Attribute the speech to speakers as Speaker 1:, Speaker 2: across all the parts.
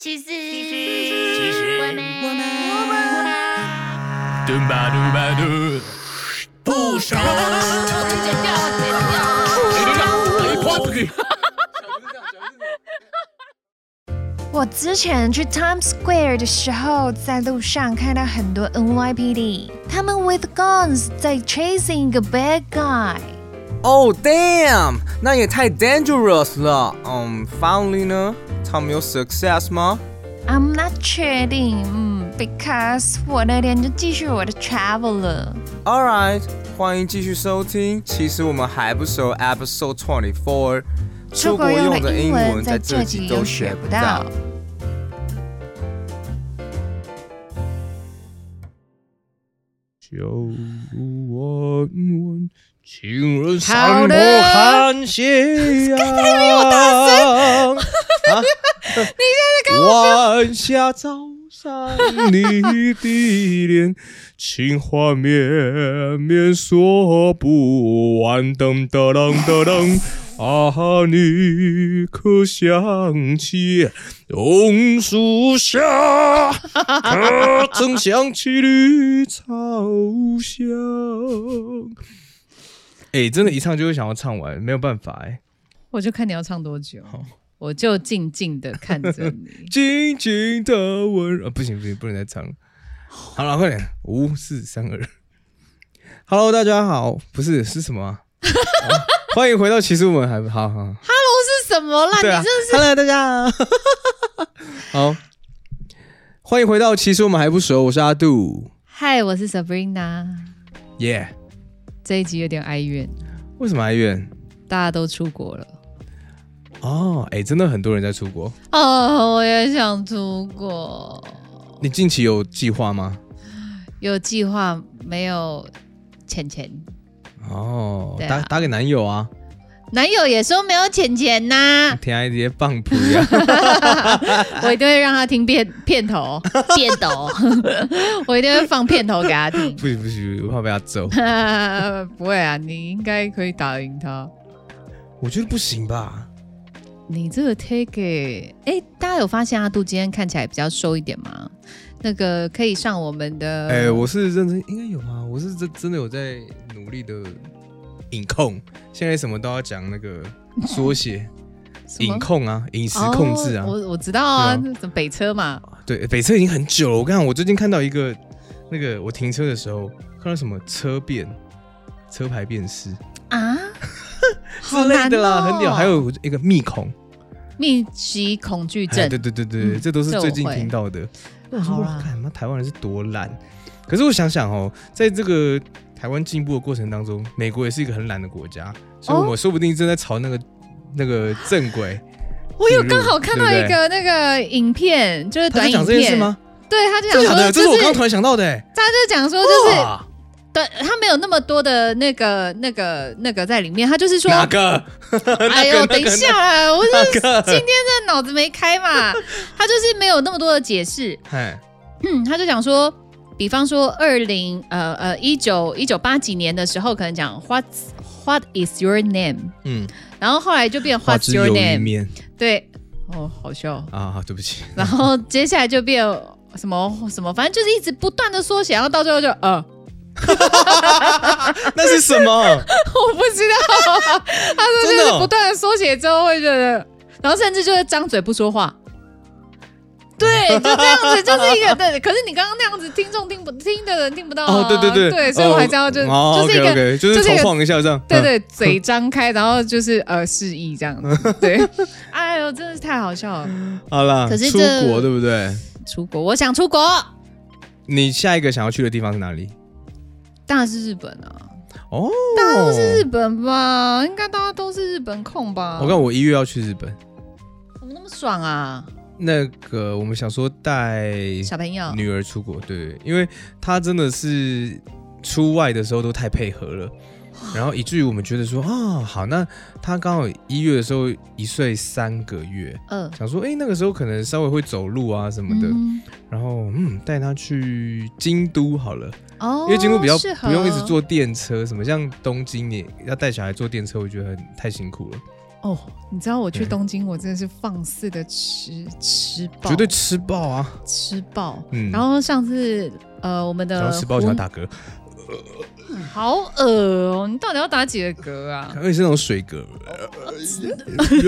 Speaker 1: 其实，
Speaker 2: 其实
Speaker 1: 我们，
Speaker 2: 我们
Speaker 3: 嘟吧嘟吧嘟，
Speaker 2: 不熟。
Speaker 1: 剪掉，剪
Speaker 2: 哎
Speaker 1: 掉。
Speaker 4: 我之前去 Times Square 的时候，在路上看到很多 NYPD，他们 with guns 在 chasing 一个 bad guy。
Speaker 5: Oh damn，那也太 dangerous 了。嗯、f i n a l l y 呢？他们有 success 吗？
Speaker 4: I'm not 确定，嗯，because 我那天就继续我的 travel 了。
Speaker 5: Alright，欢迎继续收听。其实我们还不熟 Episode Twenty Four，
Speaker 4: 出国用的英文在这
Speaker 5: 集
Speaker 4: 集
Speaker 5: 都
Speaker 4: 都
Speaker 5: 学
Speaker 4: 学
Speaker 5: 不
Speaker 4: 不
Speaker 5: 到
Speaker 4: 到。
Speaker 3: 九万万情人
Speaker 4: 好
Speaker 3: 山
Speaker 4: 的
Speaker 3: 河寒斜阳，啊，晚霞照上你的脸，情话绵绵说不完，噔噔噔噔噔。啊，你可想起榕树下，可曾想起绿草香？哎、真的，一唱就会想要唱完，没有办法哎、。
Speaker 6: 我就看你要唱多久，我就静静的看着你
Speaker 3: 静静的温柔，啊不行不行，不能再唱了。好了，快点，五四三二。Hello，大家好，不是是什么啊、啊欢迎回到其实我们还好好，
Speaker 6: Hello 哦是什么啦？
Speaker 3: 对啊
Speaker 6: 你这
Speaker 3: ，Hello 大家好，好，欢迎回到其实我们还不熟，我是阿杜，
Speaker 6: 嗨，我是 Sabrina。
Speaker 3: 耶、
Speaker 6: 这一集有点哀怨，
Speaker 3: 为什么哀怨？
Speaker 6: 大家都出国了。
Speaker 3: 哦，哎、真的很多人在出国，
Speaker 6: 哦，我也想出国，
Speaker 3: 你近期有计划吗？
Speaker 6: 有计划没有？钱钱，
Speaker 3: 哦，
Speaker 6: 对啊
Speaker 3: 打打给男友啊，
Speaker 6: 男友也说没有钱钱呐、
Speaker 3: 天爱些棒谱呀、
Speaker 6: 我一定会让他听片片头， 片头，我一定会放片头给他听。
Speaker 3: 不行不行，我怕被他 揍，
Speaker 6: 不会啊，你应该可以打赢他。
Speaker 3: 我觉得不行吧。
Speaker 6: 你这个 take，哎、诶大家有发现阿杜今天看起来比较瘦一点吗？那个可以上我们的，
Speaker 3: 哎、我是认真，应该有啊，我是真真的有在努力的隐控，现在什么都要讲 那个缩写，
Speaker 6: 什么
Speaker 3: 隐控啊，饮食控制啊，
Speaker 6: 哦我我知道啊，
Speaker 3: 对
Speaker 6: 那北车嘛，
Speaker 3: 对，北车已经很久了。我看我最近看到一个，那个我停车的时候看到什么车变、车牌辨识
Speaker 6: 啊，
Speaker 3: 之类的啦，
Speaker 6: 好难哦
Speaker 3: 很屌。还有一个密孔，
Speaker 6: 密集恐惧
Speaker 3: 哎
Speaker 6: 症
Speaker 3: 对，对对对，
Speaker 6: 嗯
Speaker 3: 这都是
Speaker 6: 这我
Speaker 3: 最近
Speaker 6: 会
Speaker 3: 听到的。我说
Speaker 6: 好
Speaker 3: 哇，
Speaker 6: 啦，
Speaker 3: 看妈台湾人是多懒。可是我想想哦，在这个台湾进步的过程当中，美国也是一个很懒的国家，所以我们
Speaker 6: 哦
Speaker 3: 说不定正在朝那个、那个正 轨。
Speaker 6: 我有刚好看到
Speaker 3: 对
Speaker 6: 一
Speaker 3: 不对
Speaker 6: 个那个影片，就是
Speaker 3: 他
Speaker 6: 短
Speaker 3: 在
Speaker 6: 影
Speaker 3: 讲这件事
Speaker 6: 片，
Speaker 3: 吗？
Speaker 6: 对，他就
Speaker 3: 真的
Speaker 6: 讲
Speaker 3: 假的？
Speaker 6: 说，就
Speaker 3: 这
Speaker 6: 是
Speaker 3: 我
Speaker 6: 是
Speaker 3: 刚突然想到的、欸。
Speaker 6: 他就讲说，就是
Speaker 3: 哇
Speaker 6: 短，他没有那么多的那个、那个、那个在里面，他就是说，
Speaker 3: 哪 个？
Speaker 6: 哎呦，等一下啦，我啊是
Speaker 3: 哪个？
Speaker 6: 今天这脑子没开嘛，他就是没有那么多的解释。
Speaker 3: 哎，
Speaker 6: 嗯，他就讲说，比方说二零呃呃一九一九八几年的时候，可能讲 What What is your name？
Speaker 3: 嗯，
Speaker 6: 然后后来就变
Speaker 3: 花
Speaker 6: What's
Speaker 3: 枝
Speaker 6: your
Speaker 3: 有一
Speaker 6: name？
Speaker 3: 面
Speaker 6: 对，哦，好笑。
Speaker 3: 啊，好对不起，
Speaker 6: 然后接下来就变什么什么，反正就是一直不断的缩写，然后到最后就呃，
Speaker 3: 那是什么？
Speaker 6: 我不知道。他说
Speaker 3: 真
Speaker 6: 就
Speaker 3: 的
Speaker 6: 是
Speaker 3: 哦
Speaker 6: 不断的缩写之后会觉得，然后甚至就是张嘴不说话。对，就这样子，就是 一个对。可是你刚刚那样子，听众听不听的人听不到、啊。
Speaker 3: 哦，对对对，
Speaker 6: 对，所以我还知道就、
Speaker 3: 哦
Speaker 6: 就是一个。
Speaker 3: OK，OK，就是
Speaker 6: 就是一
Speaker 3: 头
Speaker 6: 个
Speaker 3: 晃一下这样，
Speaker 6: 对
Speaker 3: 嗯，
Speaker 6: 对，嘴张开，然后就是呃示意这样子， 对，哎呦，真的是太好笑了。
Speaker 3: 嗯好啦，
Speaker 6: 可是
Speaker 3: 出
Speaker 6: 这
Speaker 3: 国对不对？
Speaker 6: 出国，我想出国，
Speaker 3: 你下一个想要去的地方是哪里？
Speaker 6: 当然是日本啊，
Speaker 3: 哦，
Speaker 6: 大家都是日本吧，应该大家都是日本控吧。
Speaker 3: 我看我一月要去日本，
Speaker 6: 怎么那么爽啊，
Speaker 3: 那个我们想说带
Speaker 6: 小朋友，
Speaker 3: 女儿出
Speaker 6: 啊
Speaker 3: 国，对，因为她真的是出外的时候都太配合了，
Speaker 6: 啊
Speaker 3: 然后以至于我们觉得说啊，好，那她刚好一月的时候一岁三个月，
Speaker 6: 嗯、
Speaker 3: 想说哎、诶那个时候可能稍微会走路啊什么的，
Speaker 6: 嗯
Speaker 3: 然后嗯带她去京都好了，
Speaker 6: 哼，哦，
Speaker 3: 因为京都比较
Speaker 6: 适合
Speaker 3: 不用一直，坐电车，什么像东京你要带小孩坐电车，我觉得很太辛苦了。
Speaker 6: 哦，你知道我去
Speaker 3: 对
Speaker 6: 东京，我真的是放肆的吃吃爆，
Speaker 3: 绝对吃爆啊！
Speaker 6: 吃爆。
Speaker 3: 嗯
Speaker 6: 然后上次呃，我们
Speaker 3: 然
Speaker 6: 的
Speaker 3: 后吃爆
Speaker 6: 胡
Speaker 3: 想要打嗝，
Speaker 6: 好恶哦、你到底要打几个嗝啊？
Speaker 3: 而且是那种水嗝。
Speaker 6: 哦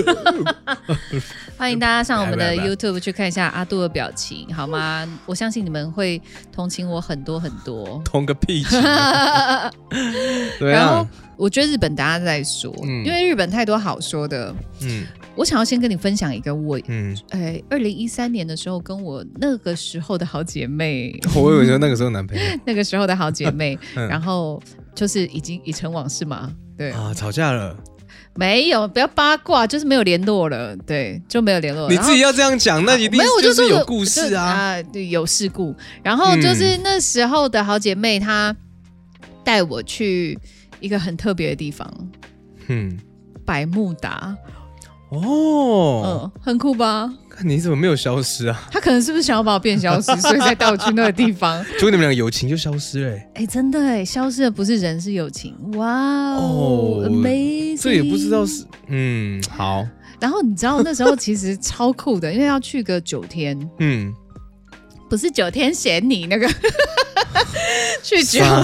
Speaker 6: 欢迎大家上我们的
Speaker 3: 拜拜拜
Speaker 6: YouTube 去看一下阿杜的表情，好吗？我相信你们会同情我很多很 多。
Speaker 3: 通个 屁气！怎么
Speaker 6: 然后
Speaker 3: 样？
Speaker 6: 我觉得日本大家在说，
Speaker 3: 啊嗯
Speaker 6: 因为日本太多好说的。
Speaker 3: 嗯
Speaker 6: 我想要先跟你分享一个我，
Speaker 3: 嗯，
Speaker 6: 呃，二零一三年的时候跟我那个时候的好姐妹，
Speaker 3: 我以为说那个时候男朋友
Speaker 6: 那个时候的好姐妹，
Speaker 3: 哦 嗯
Speaker 6: 然后就是已经已成往事嘛，对，
Speaker 3: 啊，吵架了。
Speaker 6: 没有，不要八卦，就是没有联络了，对，就没有联络了。
Speaker 3: 你
Speaker 6: 哦然后
Speaker 3: 自己要这样讲，那一定
Speaker 6: 没有，我
Speaker 3: 就是
Speaker 6: 说
Speaker 3: 有
Speaker 6: 我
Speaker 3: 故事
Speaker 6: 就
Speaker 3: 啊。
Speaker 6: 啊，
Speaker 3: 嗯
Speaker 6: 对，有事故。然后就是那时候的好姐妹，她带我去一个很特别的地方
Speaker 3: 嗯，
Speaker 6: ——百慕达，
Speaker 3: 哦，
Speaker 6: 嗯，很酷吧？
Speaker 3: 看你怎么没有消失啊？
Speaker 6: 她可能是不是想要把我变消 失，所以才带我去那个地方？
Speaker 3: 结果你们俩友情就消失了欸。
Speaker 6: 哎，真的哎，消失的不是人，是友情。哇哦
Speaker 3: 哦
Speaker 6: ，amazing！
Speaker 3: 这也不知道是嗯好
Speaker 6: 然后你知道那时候其实超酷 的，因为要去个九天，
Speaker 3: 嗯，
Speaker 6: 不是九天嫌你 那个去九天。
Speaker 3: 傻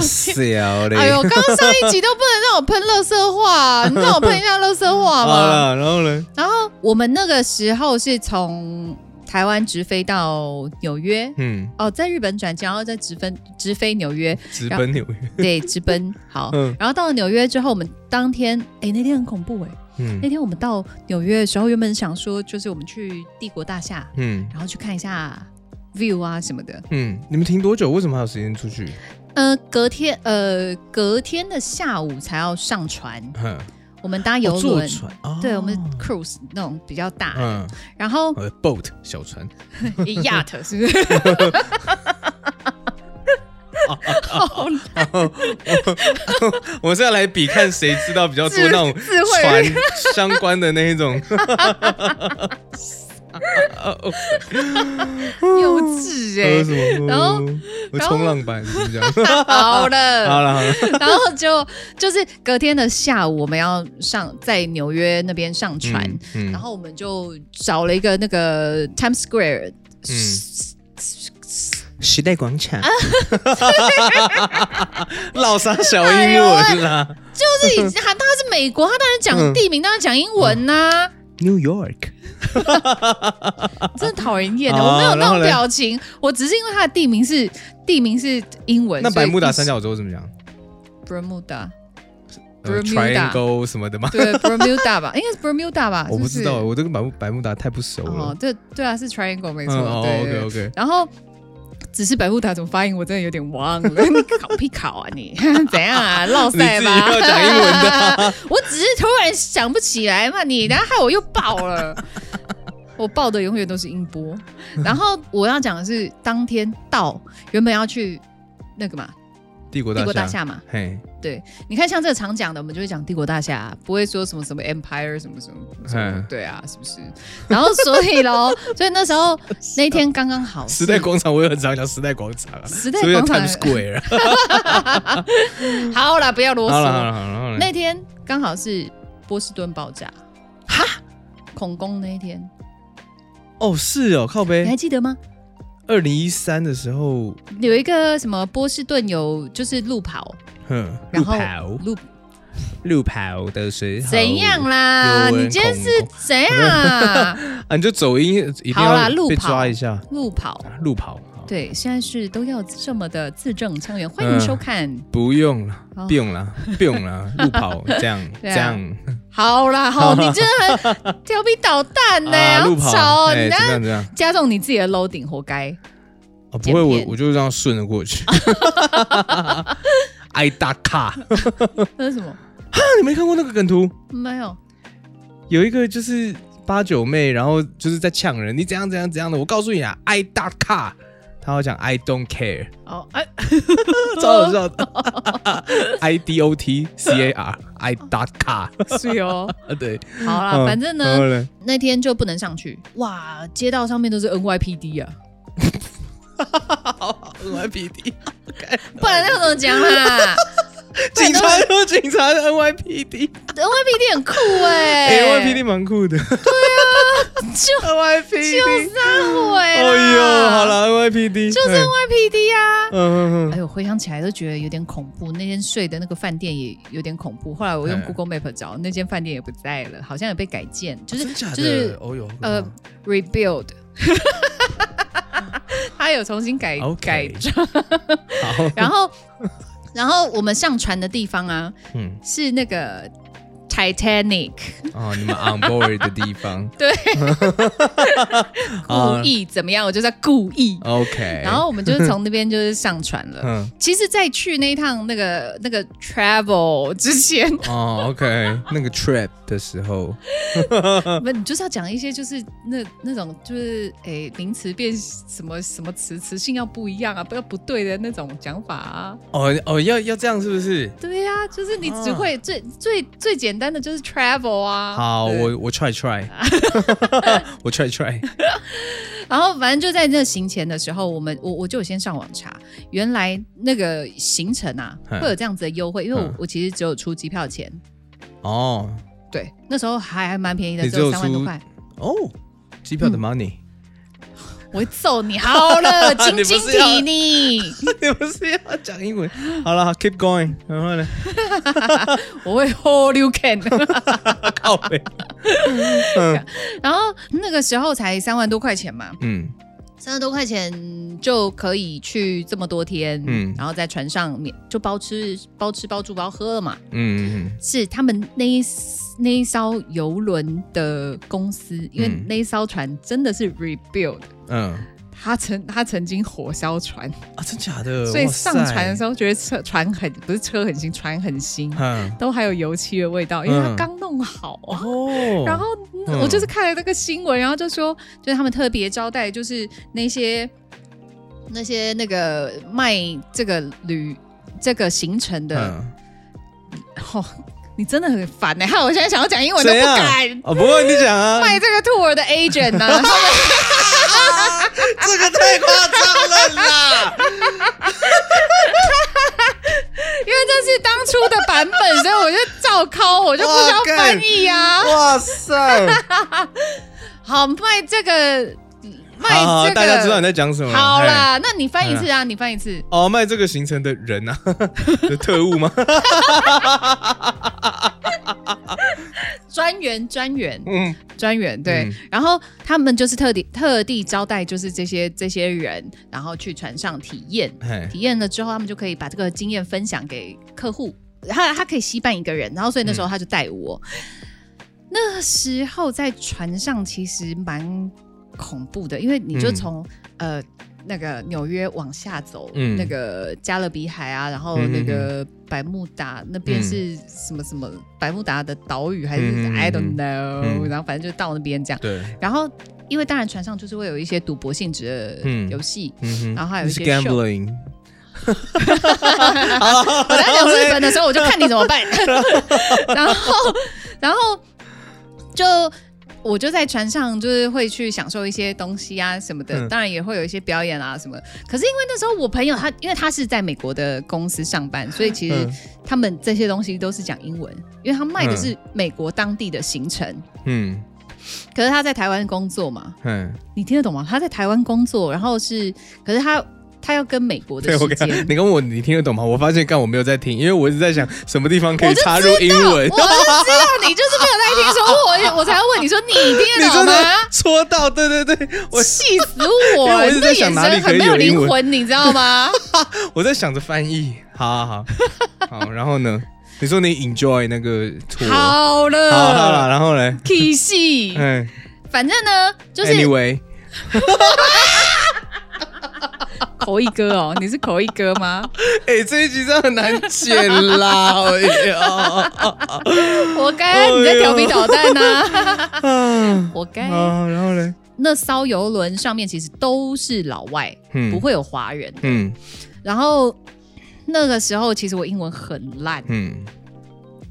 Speaker 3: 小嘞。
Speaker 6: 哎呦，刚刚上一集都不能让我喷乐色话，你让我喷一下乐色话
Speaker 3: 好
Speaker 6: 吗？
Speaker 3: 了，然后呢？
Speaker 6: 然后我们那个时候是从台湾直飞到纽约，
Speaker 3: 嗯，
Speaker 6: 哦，在日本转机，然后再直飞直飞纽约，
Speaker 3: 直奔纽约。
Speaker 6: 对，直奔好。
Speaker 3: 嗯
Speaker 6: 然后到了纽约之后，我们当天，哎，那天很恐怖哎、那
Speaker 3: 嗯
Speaker 6: 天我们到纽约的时候，原本想说就是我们去帝国大厦，
Speaker 3: 嗯
Speaker 6: 然后去看一下 view 啊什么的。
Speaker 3: 嗯，你们停多久？为什么还有时间出去？
Speaker 6: 呃，隔天呃隔天的下午才要上船，
Speaker 3: 哼哦
Speaker 6: 我们搭游
Speaker 3: 坐
Speaker 6: 轮。
Speaker 3: 船啊？
Speaker 6: 对，我们 cruise 那种比较大的，
Speaker 3: 嗯
Speaker 6: 然后
Speaker 3: 呃 boat 小船。
Speaker 6: yacht 是不是？ 好
Speaker 3: 我是要来比看谁知道比较多
Speaker 6: 智
Speaker 3: 那种
Speaker 6: 智慧
Speaker 3: 船相关的那一 种。
Speaker 6: 幼稚哎、
Speaker 3: 什么？
Speaker 6: 然后
Speaker 3: 我
Speaker 6: 然后
Speaker 3: 冲浪板是不是这样？
Speaker 6: 好了，
Speaker 3: 好 了好了，
Speaker 6: 然后就就是隔天的下午，我们要上在纽约那边上船，
Speaker 3: 嗯，嗯
Speaker 6: 然后我们就找了一个那个 Times Square，、
Speaker 3: 嗯
Speaker 7: 时代广 场，
Speaker 3: 老啥小英文啦
Speaker 6: 哎就是已经啊他他是美国，他当然讲地名，当然讲英文呐、
Speaker 7: ，New York，
Speaker 6: 真的讨人厌的，
Speaker 3: 好
Speaker 6: 我没有那
Speaker 3: 哦然后
Speaker 6: 种
Speaker 3: 嘞
Speaker 6: 表情，我只是因为它的地名是地名是英文，
Speaker 3: 那百慕达三
Speaker 6: 角
Speaker 3: 角洲怎么讲
Speaker 6: ，Bermuda，
Speaker 3: 呃
Speaker 6: Bermuda
Speaker 3: ？Triangle 什么的吗？
Speaker 6: 对，Bermuda 吧，应该是 Bermuda 吧，
Speaker 3: 我不
Speaker 6: 是
Speaker 3: 知
Speaker 6: 是
Speaker 3: 道，我这个百慕百慕达太不熟
Speaker 6: 哦
Speaker 3: 了。，
Speaker 6: 对对啊，是 Triangle 没
Speaker 3: 嗯
Speaker 6: 错，
Speaker 3: 哦
Speaker 6: 对对
Speaker 3: ，OK
Speaker 6: 对
Speaker 3: OK，
Speaker 6: 然后只是百慕达怎么发音，我真的有点忘了。你考屁考啊你？ 怎样 啊？落塞吧？
Speaker 3: 你自己又要讲英文的
Speaker 6: 我只是突然想不起来嘛，你然后害我又爆了。 我爆的永远都是音波。然后我要讲的是，当天到原本要去那个嘛，
Speaker 3: 帝国
Speaker 6: 帝国大
Speaker 3: 大
Speaker 6: 厦嘛。
Speaker 3: 嘿，
Speaker 6: 对，你看像这个常讲的，我们就会讲帝国大厦，啊不会说什么什么 empire 什么什么什么
Speaker 3: 嗯，
Speaker 6: 对啊，是不是？然后所以喽，所以那时候那一天刚刚好 是，
Speaker 3: 时代广场我也很常讲时代广场啊，
Speaker 6: 时代
Speaker 3: 是不是
Speaker 6: 广场
Speaker 3: Times Square？
Speaker 6: 好啦，不要啰
Speaker 3: 好了好了
Speaker 6: 嗦。
Speaker 3: 好了，然后嘞
Speaker 6: 那天刚好是波士顿爆炸，哈，恐攻那一天，
Speaker 3: 哦是哦，靠
Speaker 6: 你还
Speaker 3: 背，
Speaker 6: 记得吗？
Speaker 3: 二零一三的时候，
Speaker 6: 有一个什么波士顿有就是路跑，
Speaker 3: 哼，
Speaker 6: 然后
Speaker 3: 跑
Speaker 6: 路
Speaker 3: 路跑的时候
Speaker 6: 怎样啊啦？
Speaker 3: 有人
Speaker 6: 你今天是
Speaker 3: 恐
Speaker 6: 怎样啊？
Speaker 3: 啊？你就走音一定
Speaker 6: 好啦
Speaker 3: 要
Speaker 6: 路
Speaker 3: 被
Speaker 6: 跑
Speaker 3: 抓一下，
Speaker 6: 路跑。
Speaker 3: 啊路跑好
Speaker 6: 对，现在是都要这么的字正腔圆，欢迎
Speaker 3: 嗯
Speaker 6: 收看。
Speaker 3: 不用了
Speaker 6: 哦，
Speaker 3: 不用了，不 用了，路跑这样这
Speaker 6: 对啊
Speaker 3: 样
Speaker 6: 好 啦，好，你真的很调皮捣蛋呢、
Speaker 3: 啊，
Speaker 6: 好
Speaker 3: 路跑
Speaker 6: 吵哦，
Speaker 3: 哎
Speaker 6: 你
Speaker 3: 怎么
Speaker 6: 那
Speaker 3: 样怎么样？
Speaker 6: 加重你自己的 loading，活该。
Speaker 3: 啊，不
Speaker 6: 剪
Speaker 3: 会，我
Speaker 6: 片
Speaker 3: 我就这样顺着 过去。挨打卡，啊，
Speaker 6: 那是什么？
Speaker 3: 你没看过那个梗图？
Speaker 6: 没有，
Speaker 3: 有一个就是八九妹，然后就是在呛人，你怎样怎样怎样的。我告诉你啊，I 打卡，他好讲 I don't care，
Speaker 6: 哦，哎，
Speaker 3: 超好笑的。I D O T C A R，I 打卡，
Speaker 6: 是哦。
Speaker 3: 对。
Speaker 6: 好啦，
Speaker 3: 嗯
Speaker 6: 反正
Speaker 3: 然后
Speaker 6: 呢，
Speaker 3: 嘞
Speaker 6: 那天就不能上去。哇，街道上面都是 NYPD 啊，
Speaker 3: 我 P D，
Speaker 6: 啊 不然要怎么讲啦？
Speaker 3: 警察就警察是 NYPD，NYPD
Speaker 6: NYPD 很酷哎、
Speaker 3: 蛮酷的
Speaker 6: 就就是
Speaker 3: ，NYPD，
Speaker 6: 那会，
Speaker 3: 哎呦，好，了，NYPD，
Speaker 6: 就是
Speaker 3: 哎
Speaker 6: NYPD 啊。
Speaker 3: 嗯嗯
Speaker 6: 哎呦，回想起来都觉得有点恐怖。那天睡的那个饭店也有点恐怖。后来我用
Speaker 3: 哎
Speaker 6: Google Map 找，那间饭店也不在了，好像也被改建，就
Speaker 3: 嗯，
Speaker 6: 是
Speaker 3: 真假
Speaker 6: 就是
Speaker 3: 的，哦呦，
Speaker 6: 呃
Speaker 3: 嗯
Speaker 6: rebuild，他有重新改
Speaker 3: OK
Speaker 6: 改装，
Speaker 3: 好，
Speaker 6: 然后然后我们上船的地方啊
Speaker 3: 嗯，
Speaker 6: 是那个 Titanic
Speaker 3: 哦，你们 on board 的地方
Speaker 6: 故意怎么样？我就在故意。
Speaker 3: 啊，OK，
Speaker 6: 然后我们就是从那边就是上船了。
Speaker 3: 嗯，
Speaker 6: 其实，在去那一趟那个那个 travel 之前，
Speaker 3: 哦，OK，那 어, 个 trip 的时候，嗯
Speaker 6: 不，你就是要讲一些就是那那种就是诶名词变什么什么词词性要不一样啊，不要不对的那种讲法啊。
Speaker 3: 哦哦，要要这样是不是？
Speaker 6: 对呀、就是你
Speaker 3: 啊
Speaker 6: 只会最、最最简单的就是 travel 啊。
Speaker 3: 好，
Speaker 6: 对
Speaker 3: 我我 try try，我 try try，
Speaker 6: 然后反正就在那行前的时候，我们我我就有先上网查，原来那个行程啊
Speaker 3: 嗯
Speaker 6: 会有这样子的优惠，因为我
Speaker 3: 嗯
Speaker 6: 我其实只有出机票钱，
Speaker 3: 哦
Speaker 6: 对，那时候还还蛮便宜的，
Speaker 3: 你
Speaker 6: 只有
Speaker 3: 只有
Speaker 6: 三万多
Speaker 3: 出
Speaker 6: 块。
Speaker 3: 哦，机票的 money，
Speaker 6: 我会揍你好 了，晶晶
Speaker 3: 你不是要
Speaker 6: 体你，
Speaker 3: 你不是要讲英文？好了好，keep going，然后呢？
Speaker 6: 我会 hold you can。
Speaker 3: 靠背，
Speaker 6: 然后那个时候才三万多块钱嘛，
Speaker 3: 嗯，
Speaker 6: 三万多块钱就可以去这么多天，
Speaker 3: 嗯
Speaker 6: 然后在船上免就包吃包吃包住包喝嘛。
Speaker 3: 嗯嗯
Speaker 6: 是他们那一 s- 那一艘游轮的公司，因为
Speaker 3: 嗯
Speaker 6: 那一艘船真的是 rebuild。
Speaker 3: 嗯
Speaker 6: 他曾他曾经火烧船，
Speaker 3: 啊，真假的？
Speaker 6: 所以上船的时
Speaker 3: 候，
Speaker 6: 候觉得车船很不是车很新，船很新，
Speaker 3: 嗯，
Speaker 6: 都还有油漆的味道，因为它
Speaker 3: 嗯
Speaker 6: 刚弄好啊。
Speaker 3: 哦，
Speaker 6: 然后
Speaker 3: 嗯
Speaker 6: 我就是看了那个新闻，然后就说，就是他们特别招待，就是那些那些那个卖这个旅这个行程的，
Speaker 3: 嗯，
Speaker 6: 哦，你真的很烦哎、害我现在想要讲英文都
Speaker 3: 怎
Speaker 6: 不
Speaker 3: 样
Speaker 6: 敢。
Speaker 3: 哦，不过你讲啊，
Speaker 6: 卖这个 tour 的 agent 呢、啊，
Speaker 3: 这个太夸张 了啦！
Speaker 6: 因为这是当初的版本，所以我就照抄，我就不需要翻译啊。
Speaker 3: 哇塞，
Speaker 6: 好，卖这个，卖
Speaker 3: 好好，
Speaker 6: 这个，
Speaker 3: 大家知道你在讲什么。
Speaker 6: 好
Speaker 3: 嘿。
Speaker 6: 啦，那你翻一次啊，你翻一次。
Speaker 3: 哦，卖这个行程的人啊， 的特 务吗？
Speaker 6: 专员，专员，
Speaker 3: 嗯，
Speaker 6: 专员对、
Speaker 3: 嗯
Speaker 6: 然后他们就是特地特地招待，就是这些这些人，然后去船上体验，
Speaker 3: 嘿，
Speaker 6: 体验了之后，他们就可以把这个经验分享给客户。他他可以吸办一个人，然后所以那时候他就带我。那时候在船上其实蛮恐怖的，因为你就
Speaker 3: 嗯
Speaker 6: 从、呃那个纽约往下走，
Speaker 3: 嗯
Speaker 6: 那个加勒比海啊，然后
Speaker 3: 嗯嗯
Speaker 6: 那个百慕达那边
Speaker 3: 嗯
Speaker 6: 是什么什么百慕达的岛屿还是、
Speaker 3: 嗯嗯嗯
Speaker 6: I don't know，、
Speaker 3: 嗯
Speaker 6: 然后反正就到那边这样。
Speaker 3: 对，
Speaker 6: 然后因为当然船上就是会有一些赌博性质的
Speaker 3: 嗯
Speaker 6: 游戏，
Speaker 3: 嗯哼
Speaker 6: 然后还有一
Speaker 3: 是
Speaker 6: 些
Speaker 3: gambling。
Speaker 6: 我在讲日本的时候，我就看你怎么 办。然后，然后就我就在船上，就是会去享受一些东西啊什么的，
Speaker 3: 嗯
Speaker 6: 当然也会有一些表演啊什么。可是因为那时候我朋友他，因为他是在美国的公司上班，所以其实
Speaker 3: 嗯
Speaker 6: 他们这些东西都是讲英文，因为他卖的是美国当地的行程。
Speaker 3: 嗯
Speaker 6: 可是他在台湾工作嘛，
Speaker 3: 嗯，
Speaker 6: 你听得懂吗？他在台湾工作，然后是，可是他他要跟美国的
Speaker 3: 对我
Speaker 6: 时
Speaker 3: 看
Speaker 6: 间。
Speaker 3: 你跟我，你听得懂吗？我发现干我没有在听，因为我一直在想什么地方可
Speaker 6: 我
Speaker 3: 以
Speaker 6: 就
Speaker 3: 插入英文
Speaker 6: 我。就知道你就是没有在听，所以我我才会问你说你听
Speaker 3: 你
Speaker 6: 得懂
Speaker 3: 真
Speaker 6: 吗
Speaker 3: 的？戳到，对对对，我
Speaker 6: 气死
Speaker 3: 因为
Speaker 6: 我！
Speaker 3: 我一
Speaker 6: 你
Speaker 3: 直
Speaker 6: 这
Speaker 3: 在想
Speaker 6: 眼
Speaker 3: 哪里
Speaker 6: 神
Speaker 3: 可
Speaker 6: 很
Speaker 3: 以
Speaker 6: 没有
Speaker 3: 有英
Speaker 6: 灵
Speaker 3: 文
Speaker 6: 魂，你知道 吗？
Speaker 3: 我在想着翻译。好好 好，好，然后呢？你说你 enjoy 那个 tour，好
Speaker 6: 好了，
Speaker 3: 好了，然后嘞，
Speaker 6: 体系。
Speaker 3: 嗯
Speaker 6: 反正呢，就是
Speaker 3: ，anyway，
Speaker 6: 口译哥哦，你是口译哥 吗？
Speaker 3: 哎，这一集真的很难剪 啦，哎呀，
Speaker 6: 活该你在调皮捣蛋
Speaker 3: 哎
Speaker 6: 呐、
Speaker 3: 啊，
Speaker 6: 活该。
Speaker 3: 好，然后嘞，
Speaker 6: 那艘游轮上面其实都是老外，
Speaker 3: 嗯
Speaker 6: 不会有华人。
Speaker 3: 嗯 음,
Speaker 6: 然后那个时候，其实我英文很烂，
Speaker 3: 嗯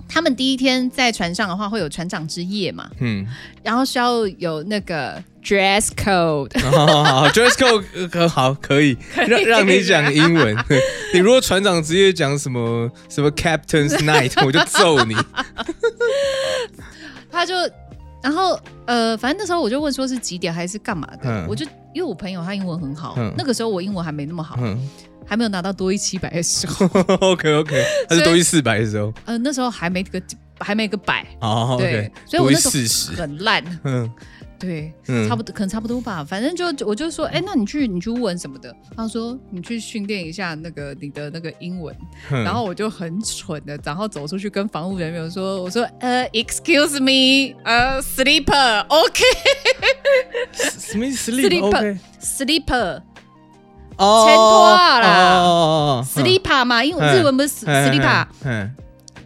Speaker 6: 他们第一天在船上的话，会有船长之夜嘛，
Speaker 3: 嗯
Speaker 6: 然后需要有那个 dress code，
Speaker 3: 아, ，dress code 그, 아, 呃好可以，让让你讲英文。你如果船长直接讲什么什么 Captain's Night，我就뭐揍 你。
Speaker 6: 他就，然后呃，反正那时候我就问说是几点还是干嘛的，
Speaker 3: 嗯
Speaker 6: 我就因为我朋友他英文很好，
Speaker 3: 嗯
Speaker 6: 那个时候我英文还没那么好，
Speaker 3: 嗯
Speaker 6: 还没有拿到多一七百的时候，
Speaker 3: ，OK OK，他是多一四百的时候。
Speaker 6: 呃，那时候还没个还没个百，
Speaker 3: 哦
Speaker 6: 对
Speaker 3: ，OK，
Speaker 6: 所以我
Speaker 3: 多一
Speaker 6: 那时候
Speaker 3: 四十。
Speaker 6: 很烂，
Speaker 3: 嗯
Speaker 6: 对，
Speaker 3: 嗯
Speaker 6: 差不多，可能差不多吧。反正就我就说，哎、那你去你去问什么的。他说你去训练一下那个你的那个英文。
Speaker 3: 嗯
Speaker 6: 然后我就很蠢的，然后走出去跟防务人员说，我说呃，excuse me，呃，sleeper，OK，sleeper，sleeper，
Speaker 3: 什么
Speaker 6: Sleep-
Speaker 3: sleep？OK，
Speaker 6: 牵拖啦
Speaker 3: 어, 哦
Speaker 6: 嘛，因为
Speaker 3: 嗯
Speaker 6: 日文不是 sleeper，
Speaker 3: 嗯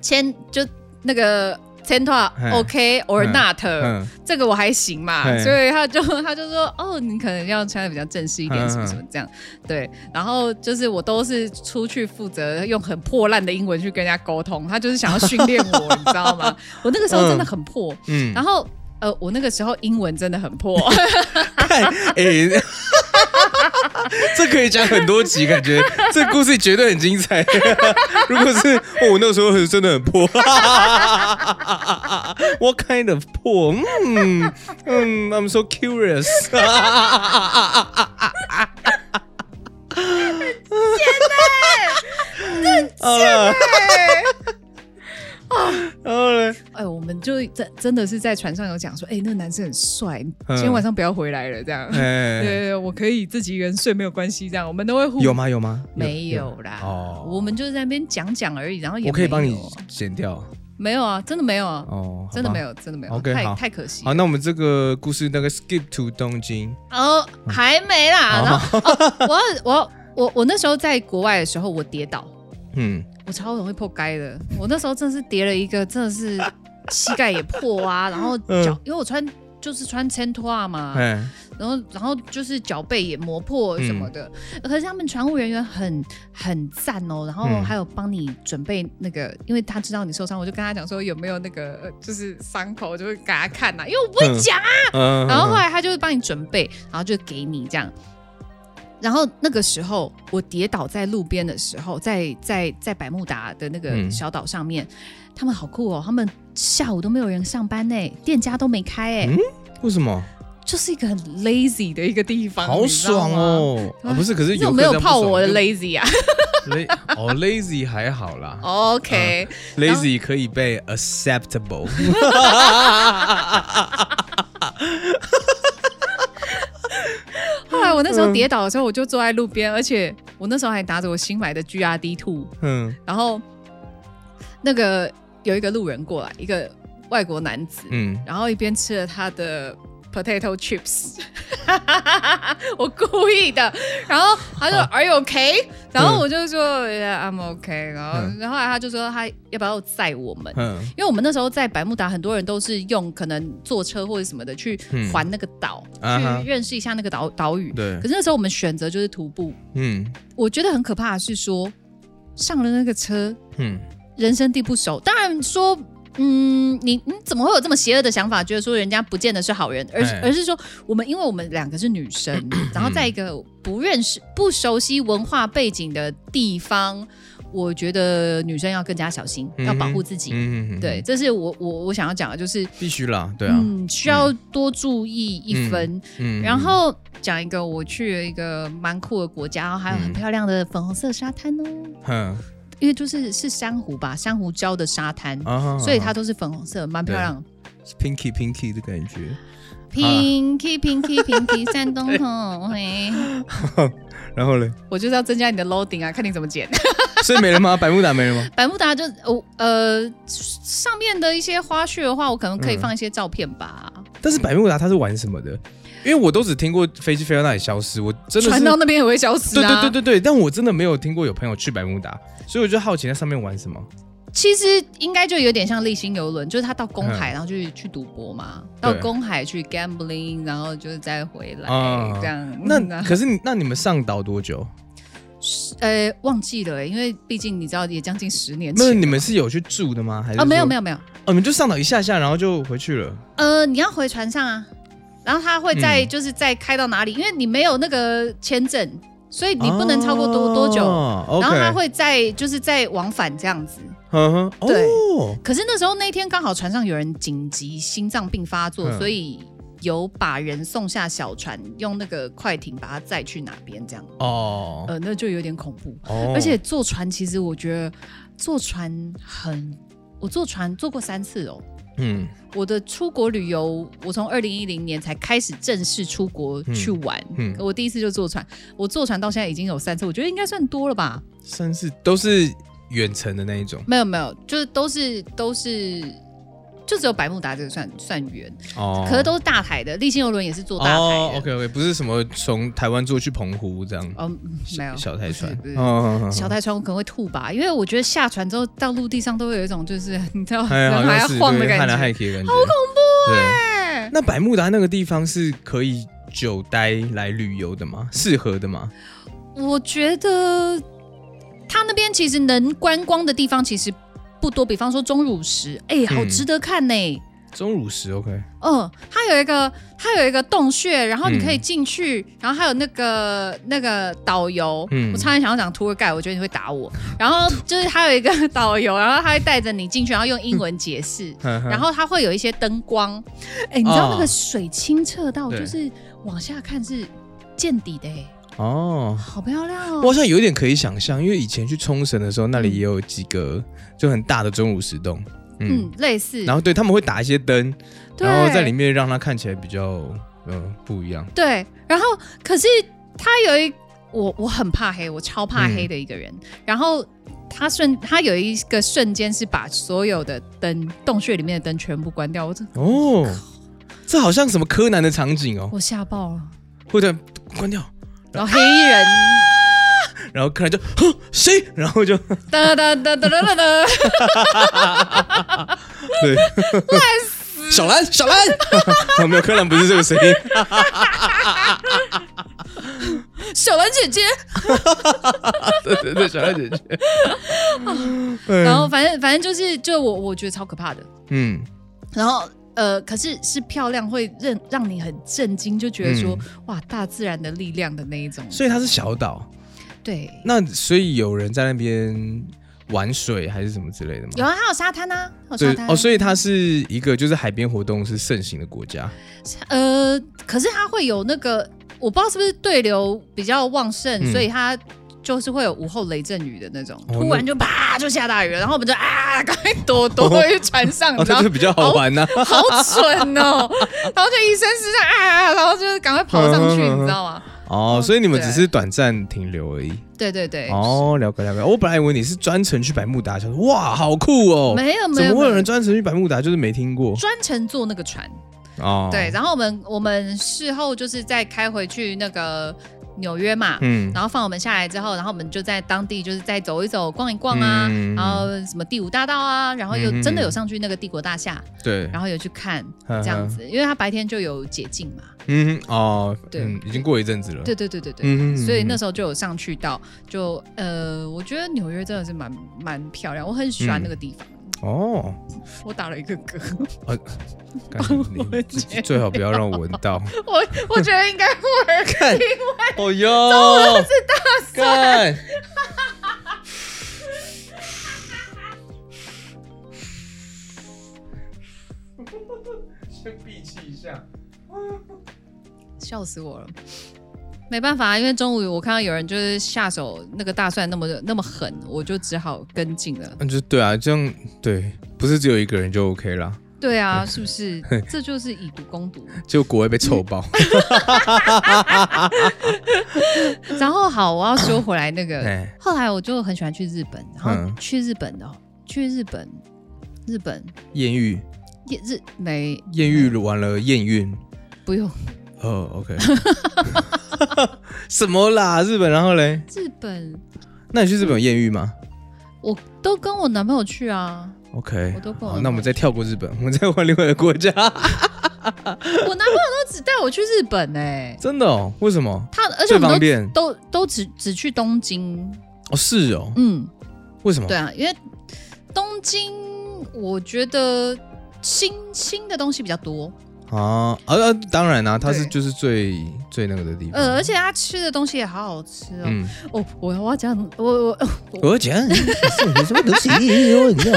Speaker 6: 牵就那个牵拖
Speaker 3: 嗯
Speaker 6: ，OK or
Speaker 3: 嗯
Speaker 6: not，
Speaker 3: 嗯
Speaker 6: 这个我还行嘛，
Speaker 3: 嘿
Speaker 6: 所以他就 他就说，哦，你可能要穿的比较正式一
Speaker 3: 嗯
Speaker 6: 点，
Speaker 3: 嗯
Speaker 6: 什么什么这样，对。然后就是我都是出去负责用很破烂的英文去跟人家沟通，他就是想要训练我，你知道 吗？我那个时候真的很破，
Speaker 3: 嗯
Speaker 6: 然后。呃，我那个时候英文真的很破，
Speaker 3: 看，哎、这可以讲很多集，感觉这故事绝对很精彩。 如果是、哦、我那时候很真的很破 ，What kind of 破？嗯嗯，I'm so curious
Speaker 6: 欸
Speaker 3: 好了。好了，
Speaker 6: 哎，我们就真真的是在船上有讲说，哎、那个男生很帅，你今天
Speaker 3: 嗯
Speaker 6: 晚上不要回来了，这样。对对
Speaker 3: 哎，
Speaker 6: 对，我可以自己一个人睡没有关系，这样我们都会互
Speaker 3: 有？吗？有吗？
Speaker 6: 没有啦，
Speaker 3: 哦
Speaker 6: 我们就是在那边讲讲而已，然后也
Speaker 3: 我可以
Speaker 6: 没
Speaker 3: 帮你
Speaker 6: 有
Speaker 3: 剪掉
Speaker 6: 没有啊，真的没有啊，
Speaker 3: 哦，
Speaker 6: 真的
Speaker 3: 好吧
Speaker 6: 没。有，真的没有
Speaker 3: OK，好
Speaker 6: 太太可惜
Speaker 3: 好，。那我们这个故事那个 skip to 东京，
Speaker 6: 哦，还没啦。
Speaker 3: 嗯好
Speaker 6: 然后哦，我我我我那时候在国外的时候，我跌倒，
Speaker 3: 嗯，
Speaker 6: 我超容易破街的。我那时候真的是跌了一个，真的是膝盖也破啊，然后
Speaker 3: 嗯
Speaker 6: 脚，因为我穿就是穿千拖啊嘛，
Speaker 3: 哎，
Speaker 6: 然后然后就是脚背也磨破什么的。可是他们船务人员很很赞哦，然后
Speaker 3: 嗯
Speaker 6: 还有帮你准备那个，因为他知道你受伤，我就跟他讲说有没有那个呃就是伤口，就会给他看呐、因为我不会讲啊。
Speaker 3: 嗯，
Speaker 6: 然后后来他就会帮你准备，然后就给你这样。然后那个时候我跌倒在路边的时候，在在在百慕达的那个
Speaker 3: 嗯
Speaker 6: 小岛上面，他们好酷哦，他们下午都没有人上班呢，店家都没开哎。
Speaker 3: 嗯为什么
Speaker 6: 就是一个很 lazy 的一个地方，
Speaker 3: 好
Speaker 6: 你知道
Speaker 3: 爽
Speaker 6: 吗！
Speaker 3: 哦？
Speaker 6: 对
Speaker 3: 啊，不是，可是
Speaker 6: 啊你怎
Speaker 3: 游
Speaker 6: 么
Speaker 3: 客
Speaker 6: 没
Speaker 3: 这
Speaker 6: 有
Speaker 3: 样不
Speaker 6: 泡
Speaker 3: 爽
Speaker 6: 我的
Speaker 3: 就
Speaker 6: lazy 啊
Speaker 3: la- 哦，lazy 还好啦
Speaker 6: 哦？OK，
Speaker 3: 啊，lazy 可以被 acceptable。
Speaker 6: 后来我那时
Speaker 3: 嗯
Speaker 6: 候跌倒的时候，我就坐在路边，而且我那时候还拿着我新买的 GRD Two，
Speaker 3: 嗯
Speaker 6: 然后那个有一个路人过来，一个外国男子，
Speaker 3: 嗯，
Speaker 6: 然后一边吃了他的 potato chips，我故意的。然后他
Speaker 3: 啊
Speaker 6: 就 Are you okay？然后我就说、yeah, I'm okay。然后、
Speaker 3: 嗯
Speaker 6: 然后后来他就说他要不要载我们？
Speaker 3: 嗯
Speaker 6: 因为我们那时候在百慕达，很多人都是用可能坐车或者什么的去
Speaker 3: 嗯
Speaker 6: 环那个岛，
Speaker 3: 啊哈
Speaker 6: 去认识一下那个岛岛屿。
Speaker 3: 对
Speaker 6: 可是那时候我们选择就是徒步，
Speaker 3: 嗯
Speaker 6: 我觉得很可怕的是说，上了那个车，
Speaker 3: 嗯
Speaker 6: 人生地不熟。当然说，嗯，你你怎么会有这么邪恶的想法，觉得说人家不见得是好人，而是
Speaker 3: 哎
Speaker 6: 而是说我们因为我们两个是女生，然后在一个不认识、不熟悉文化背景的地方，我觉得女生要更加小心，
Speaker 3: 嗯哼
Speaker 6: 要保护自己。
Speaker 3: 嗯，嗯
Speaker 6: 对，，这是我我我想要讲的，就是
Speaker 3: 必须啦，对啊，
Speaker 6: 嗯，需要多注意一分。
Speaker 3: 嗯，
Speaker 6: 然后讲一个，我去了一个蛮酷的国家，然后还有很
Speaker 3: 嗯
Speaker 6: 漂亮的粉红色沙滩哦，
Speaker 3: 嗯
Speaker 6: 因为就是是珊瑚吧，珊瑚礁的沙滩，
Speaker 3: 啊，
Speaker 6: 所以它都是粉红色，蛮漂亮。
Speaker 3: pinky pinky 的感觉。
Speaker 6: Pinky Pinky Pinky 山东吼，嘿，
Speaker 3: 然后嘞，
Speaker 6: 我就是要增加你的 loading 啊，看你怎么剪。
Speaker 3: 所以没了吗？百慕达没了吗？
Speaker 6: 百慕达就我呃上面的一些花絮的话，我可能可以
Speaker 3: 嗯
Speaker 6: 放一些照片吧，
Speaker 3: 但是百慕达它是玩什么的？因为我都只听过飞机飞到那里消失，我真的
Speaker 6: 船
Speaker 3: 是
Speaker 6: 到那边也会消失
Speaker 3: 对
Speaker 6: 啊。
Speaker 3: 对对对对，但我真的没有听过有朋友去百慕达，所以我就好奇在上面玩什么。
Speaker 6: 其实应该就有点像立新游轮，就是他到公海，
Speaker 3: 嗯
Speaker 6: 然后去去赌博嘛，
Speaker 3: 对
Speaker 6: 到公海去 gambling，然后就是再回来、
Speaker 3: 啊
Speaker 6: 这样。嗯
Speaker 3: 那可是你那你们上岛多久？
Speaker 6: 呃，忘记了、欸，因为毕竟你知道也将近十年前
Speaker 3: 那
Speaker 6: 了
Speaker 3: 你们是有去住的吗？还是
Speaker 6: 哦，没有没
Speaker 3: 有，
Speaker 6: 有没有，
Speaker 3: 哦，你们就上岛一下下，然后就回去了。
Speaker 6: 呃，你要回船上啊，然后他会再、
Speaker 3: 嗯
Speaker 6: 就是再开到哪里，因为你没有那个签证，所以你不能超过多、
Speaker 3: 哦
Speaker 6: 多久，
Speaker 3: 然
Speaker 6: 然后他，会再就是再往返这样子。
Speaker 3: 嗯哼，
Speaker 6: 对
Speaker 3: 哦，
Speaker 6: 可是那时候那天刚好船上有人紧急心脏病发作，
Speaker 3: 嗯
Speaker 6: 所以有把人送下小船，用那个快艇把他载去哪边这样。
Speaker 3: 哦，
Speaker 6: 呃，那就有点恐怖。
Speaker 3: 哦
Speaker 6: 而且坐船，其实我觉得坐船很，我坐船坐过三次哦。
Speaker 3: 嗯，
Speaker 6: 我的出国旅游，我从二零一零年才开始正式出国去玩。
Speaker 3: 嗯嗯
Speaker 6: 我第一次就坐船，我坐船到现在已经有三次，我觉得应该算多了吧？
Speaker 3: 算是都是远程的那一种
Speaker 6: 没有没有，就是都是都是，就只有百慕达这个算算远，
Speaker 3: 哦，
Speaker 6: 可是都是大台的，立新游轮也是坐大台的。嗯
Speaker 3: 哦，OK OK，不是什么从台湾坐去澎湖这样，
Speaker 6: 哦嗯没有
Speaker 3: 小台船
Speaker 6: 不是，不是
Speaker 3: 哦，
Speaker 6: 小台船我可能会吐吧，因为我觉得下船之后到陆地上都会有一种就是你知道
Speaker 3: 哎，好
Speaker 6: 人还
Speaker 3: 像
Speaker 6: 要
Speaker 3: 是
Speaker 6: 晃的
Speaker 3: 对
Speaker 6: 感
Speaker 3: 害来
Speaker 6: 觉。
Speaker 3: 害去的感觉，好恐怖哎。
Speaker 6: 哎
Speaker 3: 那百慕达那个地方是可以久待来旅游的吗？适合的吗？
Speaker 6: 我觉得他那边其实能观光的地方其实不多，比方说钟乳石，哎、好
Speaker 3: 嗯
Speaker 6: 值得看呢、
Speaker 3: 钟乳石 OK，
Speaker 6: 嗯，它有一个，它有一个洞穴，然后你
Speaker 3: 嗯
Speaker 6: 可以进去，然后还有那个那个导游，
Speaker 3: 嗯
Speaker 6: 我差点想要讲 tour guide，我觉得你会打我。然后就是它有一个导游，然后他会带着你进去，然后用英文解 释，然
Speaker 3: 然
Speaker 6: 后它会有一些灯光。哎、你知道
Speaker 3: 嗯哦
Speaker 6: 那个水清澈到，
Speaker 3: 对
Speaker 6: 就是往下看是见底的、哎，
Speaker 3: 哦，
Speaker 6: 好漂亮
Speaker 3: 我好
Speaker 6: 哦。
Speaker 3: 像有一点可以想象，因为以前去冲绳的时候，那里也有几个就很大的钟乳石洞，嗯，
Speaker 6: 嗯，类似，
Speaker 3: 然后对他们会打一些灯，
Speaker 6: 对
Speaker 3: 然后在里面让它看起来比较呃不一样，
Speaker 6: 对，然后可是他有一我我很怕黑，我超怕黑的一个人。
Speaker 3: 嗯
Speaker 6: 然后他瞬他有一个瞬间是把所有的灯洞穴里面的灯全部关掉，我这
Speaker 3: 哦，这好像什么柯南的场景哦，
Speaker 6: 我吓爆了。
Speaker 3: 或者关掉，
Speaker 6: 然后黑衣人
Speaker 3: 然后柯南就哼谁，然后就
Speaker 6: 哒哒哒哒哒哒哒，
Speaker 3: 对，小兰小兰， 哦没有柯南不是这个声音，
Speaker 6: 小兰姐姐。
Speaker 3: 对对 对，小兰姐姐，
Speaker 6: 然后反正反正就是就我我觉得超可怕的。
Speaker 3: 嗯
Speaker 6: 然后呃，可是是漂亮，会让让你很震惊，就觉得说、哇，大自然的力量的那一种。
Speaker 3: 嗯所以它是小岛，
Speaker 6: 对，
Speaker 3: 那所以有人在那边玩水还是什么之类的吗？
Speaker 6: 有啊，还有沙滩啊，还有
Speaker 3: 对
Speaker 6: 沙滩
Speaker 3: 哦，所以它是一个就是海边活动是盛行的国家
Speaker 6: 呃，可是它会有那个，我不知道是不是对流比较旺盛，
Speaker 3: 嗯
Speaker 6: 所以它就是会有午后雷阵雨的那种，
Speaker 3: 哦
Speaker 6: 突然就啪就下大雨了，然后我们就啊， 赶快躲躲回去船 上，
Speaker 3: 哦，
Speaker 6: 你知道
Speaker 3: 这。就比较好玩 呐、
Speaker 6: 好蠢 哦！然后就一身是上啊，然后就是赶快跑上去，
Speaker 3: 嗯嗯嗯嗯
Speaker 6: 你知道吗？
Speaker 3: 哦，所以你们
Speaker 6: 对
Speaker 3: 只是短暂停留而已。
Speaker 6: 对对对，
Speaker 3: 哦，了解了解。我本来以为你是专程去百慕达，想说哇，好酷哦。
Speaker 6: 没有没
Speaker 3: 怎
Speaker 6: 有，
Speaker 3: 么会有
Speaker 6: 没
Speaker 3: 人专程去百慕达？就是没听过
Speaker 6: 专程坐那个船？
Speaker 3: 哦。
Speaker 6: 对，，然后我们我们事后就是再开回去那个纽约嘛，
Speaker 3: 嗯，
Speaker 6: 然后放我们下来之后，然后我们就在当地就是再走一走、逛一逛啊，
Speaker 3: 嗯
Speaker 6: 然后什么第五大道啊，然后又
Speaker 3: 嗯
Speaker 6: 真的有上去那个帝国大厦，
Speaker 3: 对，
Speaker 6: 然后有去看
Speaker 3: 呵呵
Speaker 6: 这样子，因为它白天就有解禁嘛。
Speaker 3: 嗯哦，
Speaker 6: 对
Speaker 3: 嗯，已经过一阵子了。
Speaker 6: 对对对对对。
Speaker 3: 嗯，嗯
Speaker 6: 所以那
Speaker 3: 嗯
Speaker 6: 时候就有上去到，就呃，我觉得纽约真的是蛮蛮漂亮，我很喜欢
Speaker 3: 嗯
Speaker 6: 那个地方。
Speaker 3: 哦，
Speaker 6: 我打了一个嗝，
Speaker 3: 呃干你
Speaker 6: 我剪
Speaker 3: 最好不要让我闻到。
Speaker 6: 我我觉得应该会，
Speaker 3: 看，
Speaker 6: 哎
Speaker 3: 哦哟，是大看，先闭气一下。
Speaker 6: 笑死我了。没办法，啊因为中午我看到有人就是下手那个大蒜那么那么狠，我就只好跟进了。
Speaker 3: 那就对啊，这样对，不是只有一个人就 OK 啦，
Speaker 6: 对啊，是不是？这就是以毒攻毒。
Speaker 3: 就国会被臭爆。
Speaker 6: 然后好，我要说回来那 个，
Speaker 3: 哎，
Speaker 6: 后来我就很喜欢去日本，然后
Speaker 3: 嗯
Speaker 6: 去日本的哦，去日本，日本
Speaker 3: 艳遇，
Speaker 6: 也日没
Speaker 3: 艳遇完了，艳运。
Speaker 6: 不用
Speaker 3: 哦，OK。什么啦？日本，然后嘞？
Speaker 6: 日本，
Speaker 3: 那你去日本有艳遇吗
Speaker 6: 我都跟我男朋友去啊，
Speaker 3: ？OK，
Speaker 6: 我都不
Speaker 3: 哎好，那我们再跳过日本，我们再换另外一个国家。
Speaker 6: 我男朋友都只带我去日本哎、欸
Speaker 3: 真的哦？为什么？
Speaker 6: 他而且
Speaker 3: 最
Speaker 6: 我们
Speaker 3: 方便
Speaker 6: 都都都都只只去东京，
Speaker 3: 哦，是哦，
Speaker 6: 嗯，
Speaker 3: 为什么？
Speaker 6: 对啊，因为东京我觉得新新的东西比较多，
Speaker 3: 啊，啊啊，当然啦、它是
Speaker 6: 对
Speaker 3: 就是最最那个的地方。
Speaker 6: 呃，而且他吃的东西也好好吃哦。
Speaker 3: 嗯，
Speaker 6: 哦，我我要讲，我我
Speaker 3: 我讲哎是什么东西？我讲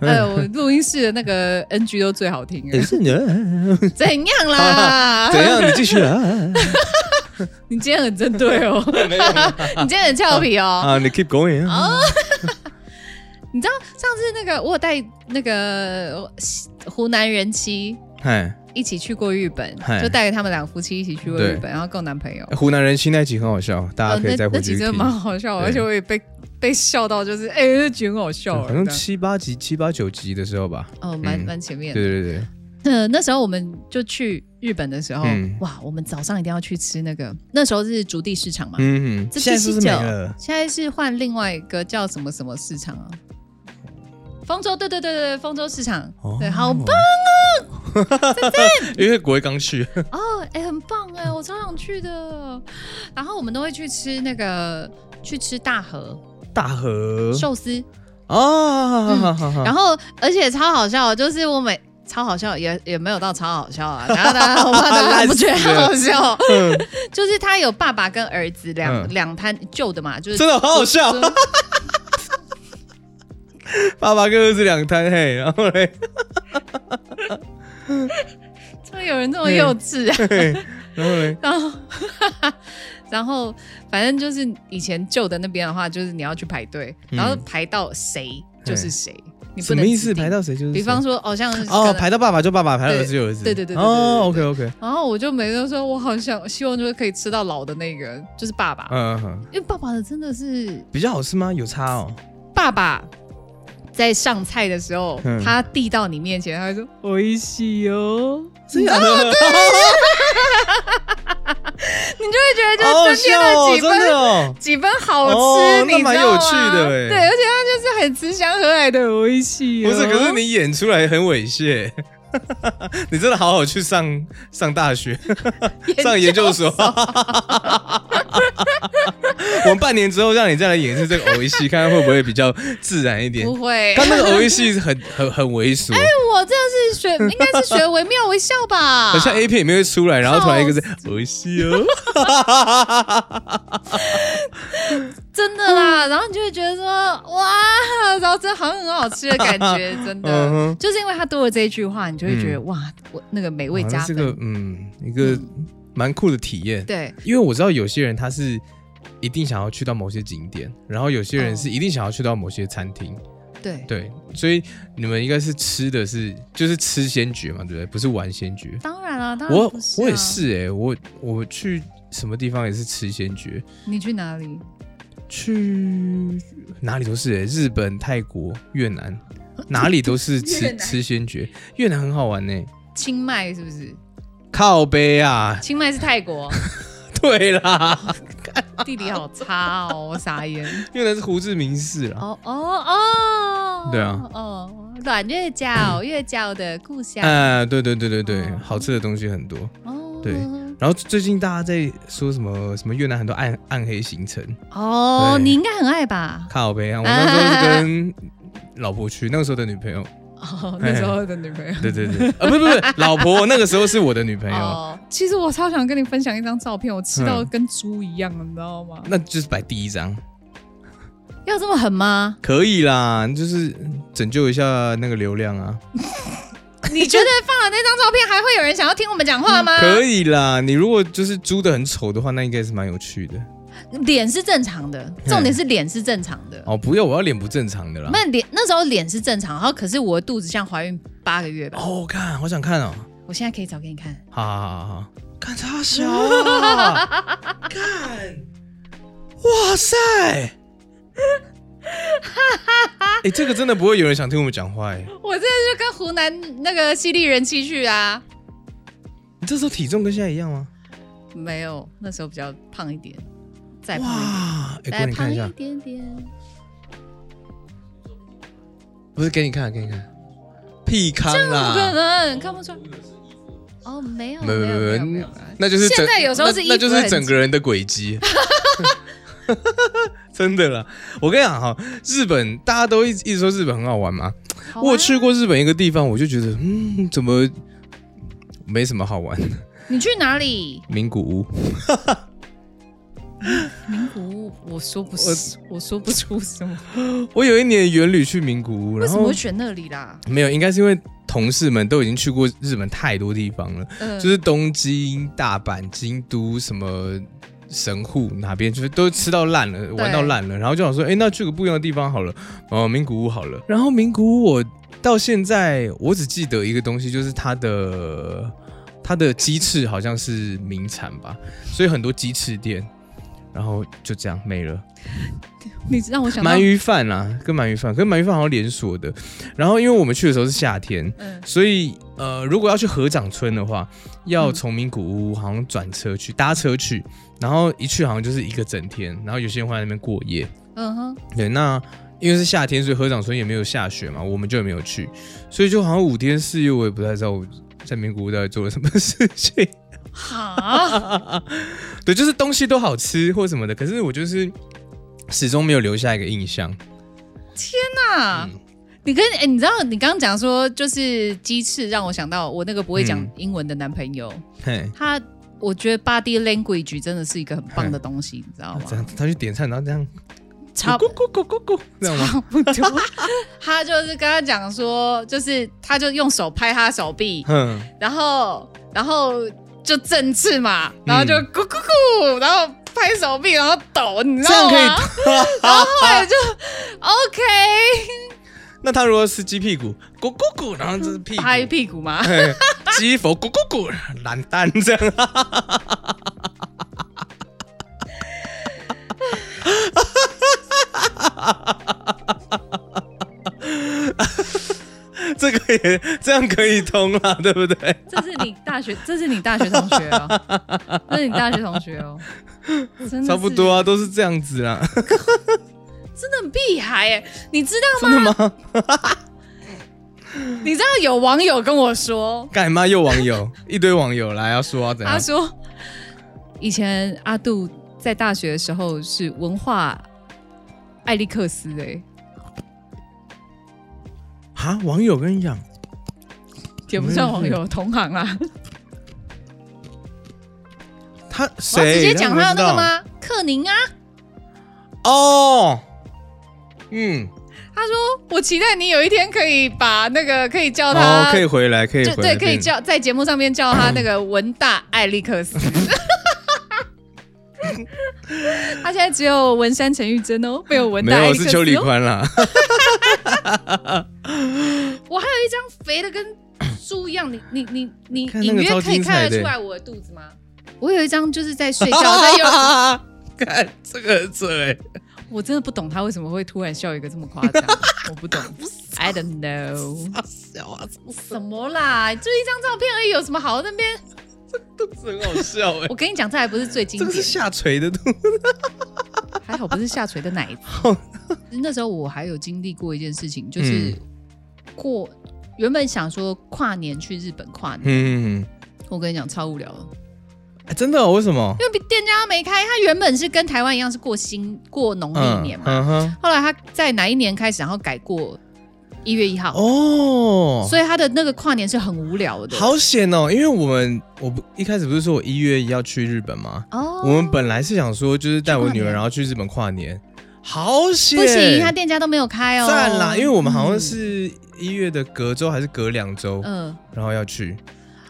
Speaker 6: 呃， 我录音室的那个 NG 都最好听了，
Speaker 3: 哎是啊 呢，
Speaker 6: 怎样啦？
Speaker 3: 怎样？你继续啊
Speaker 6: 你今天很针对 哦，你今天很俏皮哦。
Speaker 3: 啊，你 keep going 啊，嗯
Speaker 6: 你知道上次那个我有带那个湖南人妻
Speaker 3: 嗨，
Speaker 6: 一起去过日本
Speaker 3: 嗨，
Speaker 6: 就带着他们两夫妻一起去过
Speaker 3: 对
Speaker 6: 日本，然后跟我男朋友。
Speaker 3: 湖南人妻那一集很好笑，大
Speaker 6: 哦
Speaker 3: 家，可
Speaker 6: 那
Speaker 3: 以再
Speaker 6: 那
Speaker 3: 回
Speaker 6: 集
Speaker 3: 去
Speaker 6: 真的
Speaker 3: 听。
Speaker 6: 蛮好笑的，而且我也被被笑到，就是哎，那集很好笑
Speaker 3: 好
Speaker 6: 啊，
Speaker 3: 像
Speaker 6: 这样
Speaker 3: 七八集、七八九集的时候吧。
Speaker 6: 哦，蛮
Speaker 3: 嗯
Speaker 6: 蛮前面
Speaker 3: 对
Speaker 6: 的。
Speaker 3: 对对，
Speaker 6: 呃，那时候我们就去日本的时候，
Speaker 3: 嗯
Speaker 6: 哇，我们早上一定要去吃那个，那时候是竹地市场嘛，
Speaker 3: 嗯，
Speaker 6: 这
Speaker 3: 现在是不是没
Speaker 6: 第七九
Speaker 3: 了？
Speaker 6: 现在是换另外一个叫什么什么市场啊？丰州，对对对对，丰州市场，
Speaker 3: 哦
Speaker 6: 对，好棒
Speaker 3: 因为国威刚去，
Speaker 6: 哦，哎、很棒哎，我超想去的。然后我们都会去吃那个，去吃大和
Speaker 3: 大河
Speaker 6: 寿司，
Speaker 3: 啊，好好好
Speaker 6: 然后而且超好笑的，就是我每超好笑也也没有到超好笑啊，然后大 家我怕大家不觉得好笑，就是他有爸爸跟儿子两
Speaker 3: 嗯
Speaker 6: 两摊旧的嘛，就是
Speaker 3: 真的好好笑
Speaker 6: 尊。
Speaker 3: 爸爸跟儿子两摊嘿，然后嘞，
Speaker 6: 怎么有人这
Speaker 3: 嗯
Speaker 6: 么幼稚啊？
Speaker 3: 嘿然后嘞，
Speaker 6: 然后， 然后反正就是以前旧的那边的话，就是你要去排队，
Speaker 3: 嗯
Speaker 6: 然后排到谁就是谁，你不
Speaker 3: 什
Speaker 6: 能
Speaker 3: 么意思？
Speaker 6: 指定
Speaker 3: 排到谁就是谁？
Speaker 6: 比方说，哦，像是可
Speaker 3: 哦，
Speaker 6: 能
Speaker 3: 排到爸爸就爸爸，排到
Speaker 6: 对
Speaker 3: 儿子就儿子。
Speaker 6: 对对对对
Speaker 3: 哦
Speaker 6: 对
Speaker 3: ，OK
Speaker 6: 对
Speaker 3: OK，
Speaker 6: 然后我就每次说，我好想希望就是可以吃到老的那个，就是爸爸，
Speaker 3: 嗯，嗯嗯
Speaker 6: 因为爸爸的真的是
Speaker 3: 比较好吃吗？有差 哦。
Speaker 6: 爸爸在上菜的时候，
Speaker 3: 嗯
Speaker 6: 他递到你面前，他会说“我一起哦”，
Speaker 3: 真的假的？
Speaker 6: 你就会觉得
Speaker 3: 好好
Speaker 6: 就增
Speaker 3: 笑
Speaker 6: 添了
Speaker 3: 哦，
Speaker 6: 几
Speaker 3: 真
Speaker 6: 分
Speaker 3: 的哦。
Speaker 6: 几分好吃，
Speaker 3: 哦那
Speaker 6: 你知道
Speaker 3: 蛮有趣的
Speaker 6: 吗
Speaker 3: 欸
Speaker 6: 对，而且他就是很慈祥和蔼的维系、哦。
Speaker 3: 不是，可是你演出来很猥亵， 你真的好好去上上 大学，上研究所。 我们半年之后让你再来演一次这个偶一戏，看看会不会比较自然一点
Speaker 6: 不。会，哎
Speaker 3: 他那个偶一戏很很很猥琐，
Speaker 6: 我这是学应该是学惟妙惟肖吧？
Speaker 3: 好像 A 片里面会出来，然后突然一个是偶一戏 哦，
Speaker 6: 真的啦，然后你就会觉得说哇，然后真的好像很好吃的感觉，真
Speaker 3: 嗯
Speaker 6: 的
Speaker 3: 哼，
Speaker 6: 就是因为他多了这一句话，你就会觉得、
Speaker 3: 嗯
Speaker 6: 哇，我那个美味
Speaker 3: 哇
Speaker 6: 加
Speaker 3: 那
Speaker 6: 分。
Speaker 3: 是个嗯一个蛮酷的体验。
Speaker 6: 对，
Speaker 3: 因为我知道有些人他是一定想要去到某些景点，然后有些人
Speaker 6: 哦
Speaker 3: 是一定想要去到某些餐厅。
Speaker 6: 对，
Speaker 3: 对，所以你们应该是吃的是就是吃先觉嘛，对不对？不是玩先觉。
Speaker 6: 当然了，当然
Speaker 3: 我
Speaker 6: 不是啊
Speaker 3: 我也。是哎、我我去什么地方也是吃先觉，
Speaker 6: 你去哪里？
Speaker 3: 去哪里都是哎、日本、泰国、越南，哪里都是
Speaker 6: 哦 越
Speaker 3: 吃
Speaker 6: 南
Speaker 3: 吃先觉。越南很好玩呢、欸
Speaker 6: 清迈是不是？
Speaker 3: 靠背啊，
Speaker 6: 清迈是泰国，
Speaker 3: 对 啦，
Speaker 6: 地理好差哦，我傻眼。
Speaker 3: 越南是胡志明市啦。
Speaker 6: 哦哦哦，
Speaker 3: 啊对啊，
Speaker 6: 哦，阮月娇，月娇的故乡，
Speaker 3: 啊、对对对对对，
Speaker 6: 哦
Speaker 3: 好吃的东西很多。
Speaker 6: 哦，
Speaker 3: 对然后最近大家在说什么什么越南很多暗暗黑行程，
Speaker 6: 哦，
Speaker 3: 对
Speaker 6: 你应该很爱吧？
Speaker 3: 靠背啊！我那时候是跟老婆去，那个时候的女朋友，
Speaker 6: 哦，那时候的女朋友，
Speaker 3: 哎 对对对，啊不是不是，老婆那个时候是我的女朋 友，
Speaker 6: 哦，其实我超想跟你分享一张照片，我吃
Speaker 3: 嗯
Speaker 6: 到跟猪一样，你知道吗？
Speaker 3: 那就是摆第一张，？
Speaker 6: 要这么狠吗
Speaker 3: 可以啦，就是拯救一下那个流量啊，
Speaker 6: 你觉得放了那张照片，还会有人想要听我们讲话吗？
Speaker 3: 可以啦。你如果就是租的很丑的话，那应该是蛮有趣的
Speaker 6: 脸是正常的，重点是脸是正常的。
Speaker 3: 哦。不要，我要脸不正常的啦。
Speaker 6: 那脸那时候脸是正常，然后可是我的肚子像怀孕八个月吧，
Speaker 3: 哦，看，好想看哦，
Speaker 6: 我现在可以找给你看。
Speaker 3: 好好好好好，看他小啊，看，哇塞！哎、这个真的不会有人想听我们讲话哎、
Speaker 6: 我这就跟湖南那个犀利人气去啊，
Speaker 3: 你这时候体重跟现在一样吗？
Speaker 6: 没有，那时候比较胖一点，再胖一点，
Speaker 3: 哇！哎、
Speaker 6: 再
Speaker 3: 给你看
Speaker 6: 胖
Speaker 3: 一下
Speaker 6: 一，点点。
Speaker 3: 不是给你看，给你看，屁康啊
Speaker 6: 不可
Speaker 3: 啦！
Speaker 6: 能，看不出来。哦，没有，
Speaker 3: 没
Speaker 6: 没
Speaker 3: 有
Speaker 6: 有，
Speaker 3: 没
Speaker 6: 没
Speaker 3: 有
Speaker 6: 有，
Speaker 3: 没
Speaker 6: 没有，没
Speaker 3: 有
Speaker 6: 有。
Speaker 3: 那就是整
Speaker 6: 现在有时候是
Speaker 3: 那
Speaker 6: 衣服
Speaker 3: 那就是
Speaker 6: 很
Speaker 3: 整个人的轨迹。 真的啦，我跟你讲哈，日本大家都一直一直说日本很好玩嘛。
Speaker 6: 好啊
Speaker 3: 我有
Speaker 6: 玩
Speaker 3: 去过日本一个地方，我就觉得嗯，怎么没什么好玩？
Speaker 6: 你去哪里？
Speaker 3: 名古屋，
Speaker 6: 名古屋，我说不是，我说不出什么。
Speaker 3: 我有一年远旅去名古屋，
Speaker 6: 为
Speaker 3: 然
Speaker 6: 什么
Speaker 3: 后
Speaker 6: 会选那里啦？
Speaker 3: 没有，应该是因为同事们都已经去过日本太多地方了，
Speaker 6: 嗯，
Speaker 3: 就是东京、大阪、京都什么。神户哪边就是都吃到烂了，玩到烂了，然后就想说，哎、那去个不一样的地方好了，哦，名古屋好了。然后名古屋我到现在我只记得一个东西，就是它的它的鸡翅好像是名产吧，所以很多鸡翅店，然后就这样没了。
Speaker 6: 你让我想到
Speaker 3: 鳗，鱼饭啦、跟鳗鱼饭，跟鳗鱼饭好像连锁的。然后因为我们去的时候是夏天，
Speaker 6: 嗯，
Speaker 3: 所以呃，如果要去河长村的话，要从名古屋好像转车去，搭车去，然后一去好像就是一个整天，然后有些人会在那边过夜。
Speaker 6: 嗯哼，
Speaker 3: 对，那因为是夏天，所以河长村也没有下雪嘛，我们就也没有去，所以就好像五天四夜，我也不太知道我在名古屋到底做了什么事情。
Speaker 6: 好，
Speaker 3: 对，就是东西都好吃或什么的，可是我就是始终没有留下一个印象。
Speaker 6: 那
Speaker 3: 嗯
Speaker 6: 你跟哎，你知道你刚刚讲说就是鸡翅，让我想到我那个不会讲
Speaker 3: 嗯
Speaker 6: 英文的男朋友，
Speaker 3: 嘿。
Speaker 6: 他我觉得 body language 真的是一个很棒的东西，你知道
Speaker 3: 这
Speaker 6: 吗？
Speaker 3: 样他去点菜，然后这样
Speaker 6: 差不
Speaker 3: 咕咕咕咕咕，这样吗？
Speaker 6: 差不多，他就是跟他讲说，就是他就用手拍他手臂，
Speaker 3: 嗯，
Speaker 6: 然后然后就振翅嘛，
Speaker 3: 嗯
Speaker 6: 然后就咕咕咕，然后拍手臂，然后抖，你知
Speaker 3: 这样
Speaker 6: 道
Speaker 3: 可以
Speaker 6: 吗？。 然后后来就 OK
Speaker 3: 那他如果是鸡屁股，咕咕咕，然后这是屁股，
Speaker 6: 拍屁股嘛，
Speaker 3: 嘿鸡佛咕咕咕，懒蛋这样。这个也这样可以通啦，对不对？
Speaker 6: 这是你大学， 这是你大学同学哦， 这是你大学同学哦，真的是
Speaker 3: 差不多，啊，都是这样子啦。
Speaker 6: 真的很屁孩哎，你知道
Speaker 3: 真的吗？
Speaker 6: 你知道有网友跟我说，
Speaker 3: 干嘛又网友一堆网友来要说啊，怎样
Speaker 6: 他？说以前阿杜在大学的时候是文化艾利克斯哎，
Speaker 3: 啊，网友跟你讲，
Speaker 6: 也不算网友，同行啊啦。
Speaker 3: 他
Speaker 6: 我要
Speaker 3: 谁
Speaker 6: 直接讲他
Speaker 3: 让
Speaker 6: 的那
Speaker 3: 你知
Speaker 6: 个
Speaker 3: 道？
Speaker 6: 吗？克宁啊，
Speaker 3: 哦，嗯，
Speaker 6: 他说我期待你有一天可以把那个可以叫
Speaker 3: 哦
Speaker 6: 他，，
Speaker 3: 可以回来，可以
Speaker 6: 就
Speaker 3: 回来，
Speaker 6: 对，可以
Speaker 3: 变
Speaker 6: 叫在节目上面叫他那个文大艾利克 斯。他现在只有文山陈玉珍哦，没有文
Speaker 3: 没
Speaker 6: 大艾
Speaker 3: 有
Speaker 6: 利克
Speaker 3: 是
Speaker 6: 斯、
Speaker 3: 邱礼
Speaker 6: 哦。
Speaker 3: 宽 啦，
Speaker 6: 我还有一张肥的跟猪一样，你你你你
Speaker 3: 看那
Speaker 6: 隐
Speaker 3: 个
Speaker 6: 约
Speaker 3: 超
Speaker 6: 可以
Speaker 3: 精彩
Speaker 6: 看
Speaker 3: 的
Speaker 6: 得出来我的肚子吗？我有一张就是在睡觉，在幼儿，
Speaker 3: 看啊这个很扯哎，
Speaker 6: 我真的不懂他为什么会突然笑一个这么夸张， 我不懂，I don't know。
Speaker 3: 啊笑啊，
Speaker 6: 什么啦？就一张照片而已，有什么好那 边？
Speaker 3: 肚子很好笑哎
Speaker 6: 我，跟你讲，这还不是最经
Speaker 3: 这个是
Speaker 6: 典，
Speaker 3: 下垂的肚，
Speaker 6: 还好不是下垂的奶 子。那时候我还有经历过一件事情，
Speaker 3: 嗯
Speaker 6: 就是过原本想说跨年去日本跨年，
Speaker 3: 嗯，
Speaker 6: 我跟你讲超无聊的，
Speaker 3: 哎真的哦为什么？
Speaker 6: 因为店家没开，他原本是跟台湾一样是过新过农历年嘛，
Speaker 3: 嗯哼，
Speaker 6: 后来他在哪一年开始，然后改过一月一
Speaker 3: 嗯
Speaker 6: 号，
Speaker 3: 哦，
Speaker 6: 所以他的那个跨年是很无聊的。
Speaker 3: 好险哦，因为我们我不一开始不是说我一月要去日本吗？
Speaker 6: 哦，
Speaker 3: 我们本来是想说就是带我
Speaker 6: 去
Speaker 3: 女
Speaker 6: 跨
Speaker 3: 儿
Speaker 6: 年
Speaker 3: 然后去日本跨年，好险，
Speaker 6: 不行，他店家都没有开哦。
Speaker 3: 赞啦，因为我们好像
Speaker 6: 嗯
Speaker 3: 是一月的隔周还是隔两周，
Speaker 6: 嗯。
Speaker 3: 然后要去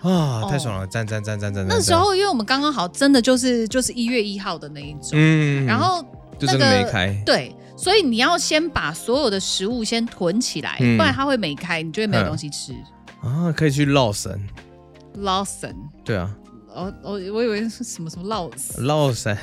Speaker 3: 啊，太爽了！赞赞赞赞赞！
Speaker 6: 哦那
Speaker 3: 赞
Speaker 6: 时，候因为我们刚刚好真的就是就是一月一号的那一种，
Speaker 3: 嗯
Speaker 6: 然后
Speaker 3: 就真的
Speaker 6: 那
Speaker 3: 没
Speaker 6: 个
Speaker 3: 开，
Speaker 6: 对，所以你要先把所有的食物先囤起来，
Speaker 3: 嗯
Speaker 6: 不然它会没开，你就会没有东西吃。
Speaker 3: 啊，可以去绕神，
Speaker 6: Lawson，
Speaker 3: 对啊，
Speaker 6: 哦哦，我以为是什么什么 Lawson，
Speaker 3: 绕神。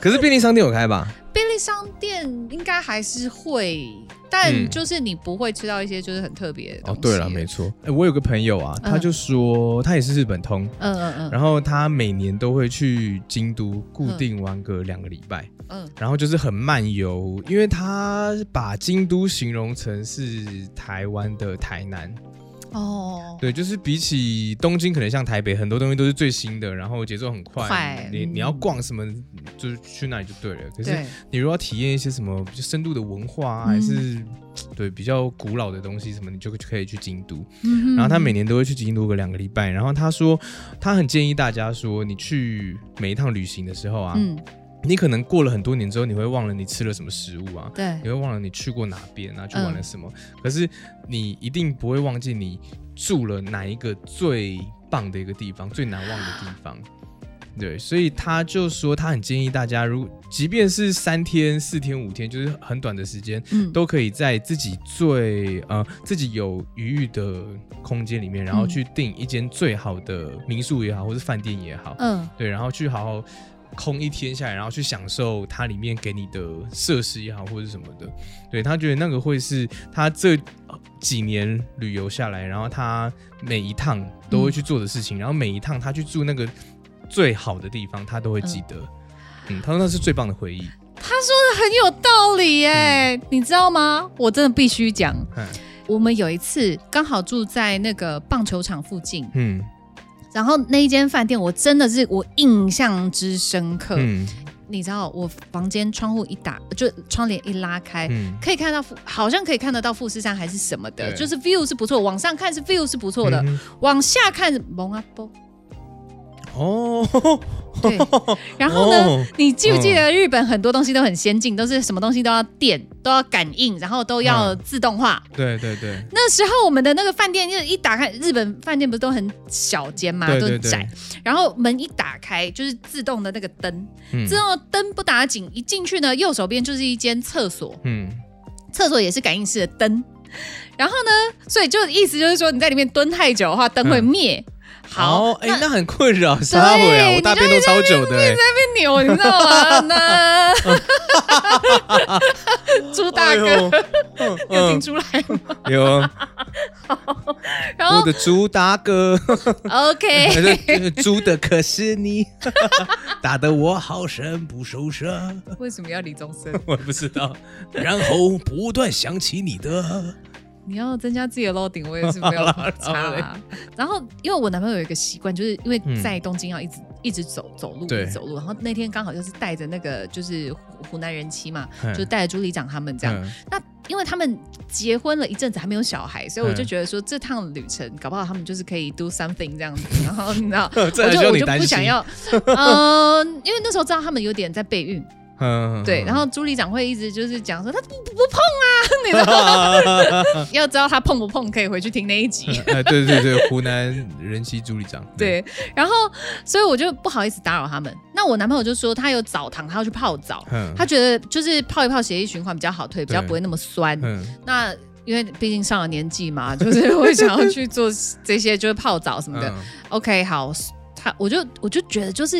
Speaker 3: 可是便利商店有开吧？
Speaker 6: 便利商店应该还是会，但
Speaker 3: 嗯
Speaker 6: 就是你不会吃到一些就是很特别的东
Speaker 3: 哦
Speaker 6: 西。，
Speaker 3: 对了，没错。哎，我有个朋友啊，
Speaker 6: 嗯
Speaker 3: 他就说他也是日本通，
Speaker 6: 嗯嗯嗯
Speaker 3: 然后他每年都会去京都固定玩个两个礼拜，
Speaker 6: 嗯，
Speaker 3: 然后就是很漫游，因为他把京都形容成是台湾的台南。
Speaker 6: 哦，
Speaker 3: 对，就是比起东京，可能像台北，很多东西都是最新的，然后节奏很快，
Speaker 6: 快嗯
Speaker 3: 你你要逛什么，就是去那里就对了。可是
Speaker 6: 对，嗯
Speaker 3: 你如果要体验一些什么比较深度的文化、啊，还是对比较古老的东西什么，你就可以去京都。
Speaker 6: 嗯
Speaker 3: 然后他每年都会去京都个两个礼拜。然后他说，他很建议大家说，你去每一趟旅行的时候啊，
Speaker 6: 嗯，
Speaker 3: 你可能过了很多年之后，你会忘了你吃了什么食物啊，
Speaker 6: 对
Speaker 3: 你，会忘了你去过哪边啊，去玩了什么。可是你一定不会忘记你住了哪一个最棒的一个地方，最难忘的地方。对，所以他就说，他很建议大家，如即便是三天、四天、五天，就是很短的时间，
Speaker 6: 嗯，
Speaker 3: 都可以在自己最呃自己有余裕的空间里面，然后去订一间最好的民宿也好，或是饭店也好，
Speaker 6: 嗯，
Speaker 3: 对，然后去好好空一天下来，然后去享受它里面给你的设施也好，或者什么的。对他觉得那个会是他这几年旅游下来，然后他每一趟都
Speaker 6: 嗯
Speaker 3: 会去做的事情，然后每一趟他去住那个最好的地方，他都会记得。嗯，他说那是最棒的回忆。
Speaker 6: 他说的很有道理耶，你知道吗？我真的必须讲，
Speaker 3: 嗯
Speaker 6: 我们有一次刚好住在那个棒球场附近，
Speaker 3: 嗯
Speaker 6: 然后那一间饭店我真的是我印象之深刻。
Speaker 3: 嗯
Speaker 6: 你知道，我房间窗户一打，就窗帘一拉开。
Speaker 3: 嗯
Speaker 6: 可以看到富，好像可以看得到富士山还是什么的，
Speaker 3: 对
Speaker 6: 就是 view 是不错，往上看是 view 是不错的，
Speaker 3: 嗯
Speaker 6: 往下看是蒙阿 波。
Speaker 3: 哦，
Speaker 6: 对，然后呢，
Speaker 3: 哦
Speaker 6: 你记不记得日本很多东西都很先进，都是什么东西都要电，都要感应，然后都要
Speaker 3: 嗯
Speaker 6: 自动化。
Speaker 3: 对对对，
Speaker 6: 那时候我们的那个饭店就是一打开，日本饭店不是都很小间嘛，
Speaker 3: 对
Speaker 6: 都
Speaker 3: 对
Speaker 6: 很
Speaker 3: 对
Speaker 6: 窄，然后门一打开就是自动的那个灯，
Speaker 3: 嗯
Speaker 6: 自动的灯不打紧，一进去呢，右手边就是一间厕所，
Speaker 3: 嗯
Speaker 6: 厕所也是感应式的灯。然后呢，所以就意思就是说，你在里面蹲太久的话，灯会
Speaker 3: 嗯
Speaker 6: 灭。好，
Speaker 3: 哦哎、那很困扰，撒会啊，
Speaker 6: 对
Speaker 3: 我大
Speaker 6: 你
Speaker 3: 便都超久的、哎
Speaker 6: 别扭，你知道吗？ 那朱大
Speaker 3: 哎
Speaker 6: 哥
Speaker 3: 呦，
Speaker 6: 有听
Speaker 3: 嗯
Speaker 6: 出来吗？
Speaker 3: 嗯有啊，
Speaker 6: 然
Speaker 3: 我
Speaker 6: 后
Speaker 3: 的朱大哥，
Speaker 6: OK，
Speaker 3: 猪的可是你， 打得我好生不收声，
Speaker 6: 为什么要李宗盛？
Speaker 3: 我不知道。然后不断想起你的，
Speaker 6: 你要增加自己的 loading，我也是没有差
Speaker 3: 然后嘞
Speaker 6: 啊。然后，因为我男朋友有一个习惯，就是因为
Speaker 3: 嗯
Speaker 6: 在东京要一直、一直走走路，一
Speaker 3: 对
Speaker 6: 直走路。然后那天刚好就是带着那个就是湖湖南人妻嘛，
Speaker 3: 嗯
Speaker 6: 就是带着朱里长他们这样。
Speaker 3: 嗯
Speaker 6: 那因为他们结婚了一阵子还没有小孩，所以我就
Speaker 3: 嗯
Speaker 6: 觉得说这趟旅程搞不好他们就是可以 do something 这样子。 然后你知道，
Speaker 3: 这
Speaker 6: 我
Speaker 3: 还需
Speaker 6: 就
Speaker 3: 要
Speaker 6: 我
Speaker 3: 你
Speaker 6: 就
Speaker 3: 担
Speaker 6: 不
Speaker 3: 心
Speaker 6: 想 要，嗯，因为那时候知道他们有点在备孕，
Speaker 3: 嗯，
Speaker 6: 对，然后朱里长会一直就是讲说他不不碰 啊，你知道吗？要知道他碰不碰，可以回去听那一 集。
Speaker 3: 哎，对对对，湖南人妻朱里长，
Speaker 6: 对，然后所以我就不好意思打扰他们。那我男朋友就说他有澡堂，他要去泡澡，
Speaker 3: 嗯，
Speaker 6: 他觉得就是泡一泡血液循环比较好，腿比较
Speaker 3: 对
Speaker 6: 不会那么酸。
Speaker 3: 嗯
Speaker 6: 那因为毕竟上了年纪嘛， 就是会想要去做这些，就是泡澡什么的。
Speaker 3: 嗯
Speaker 6: OK，好，他我就我就觉得就是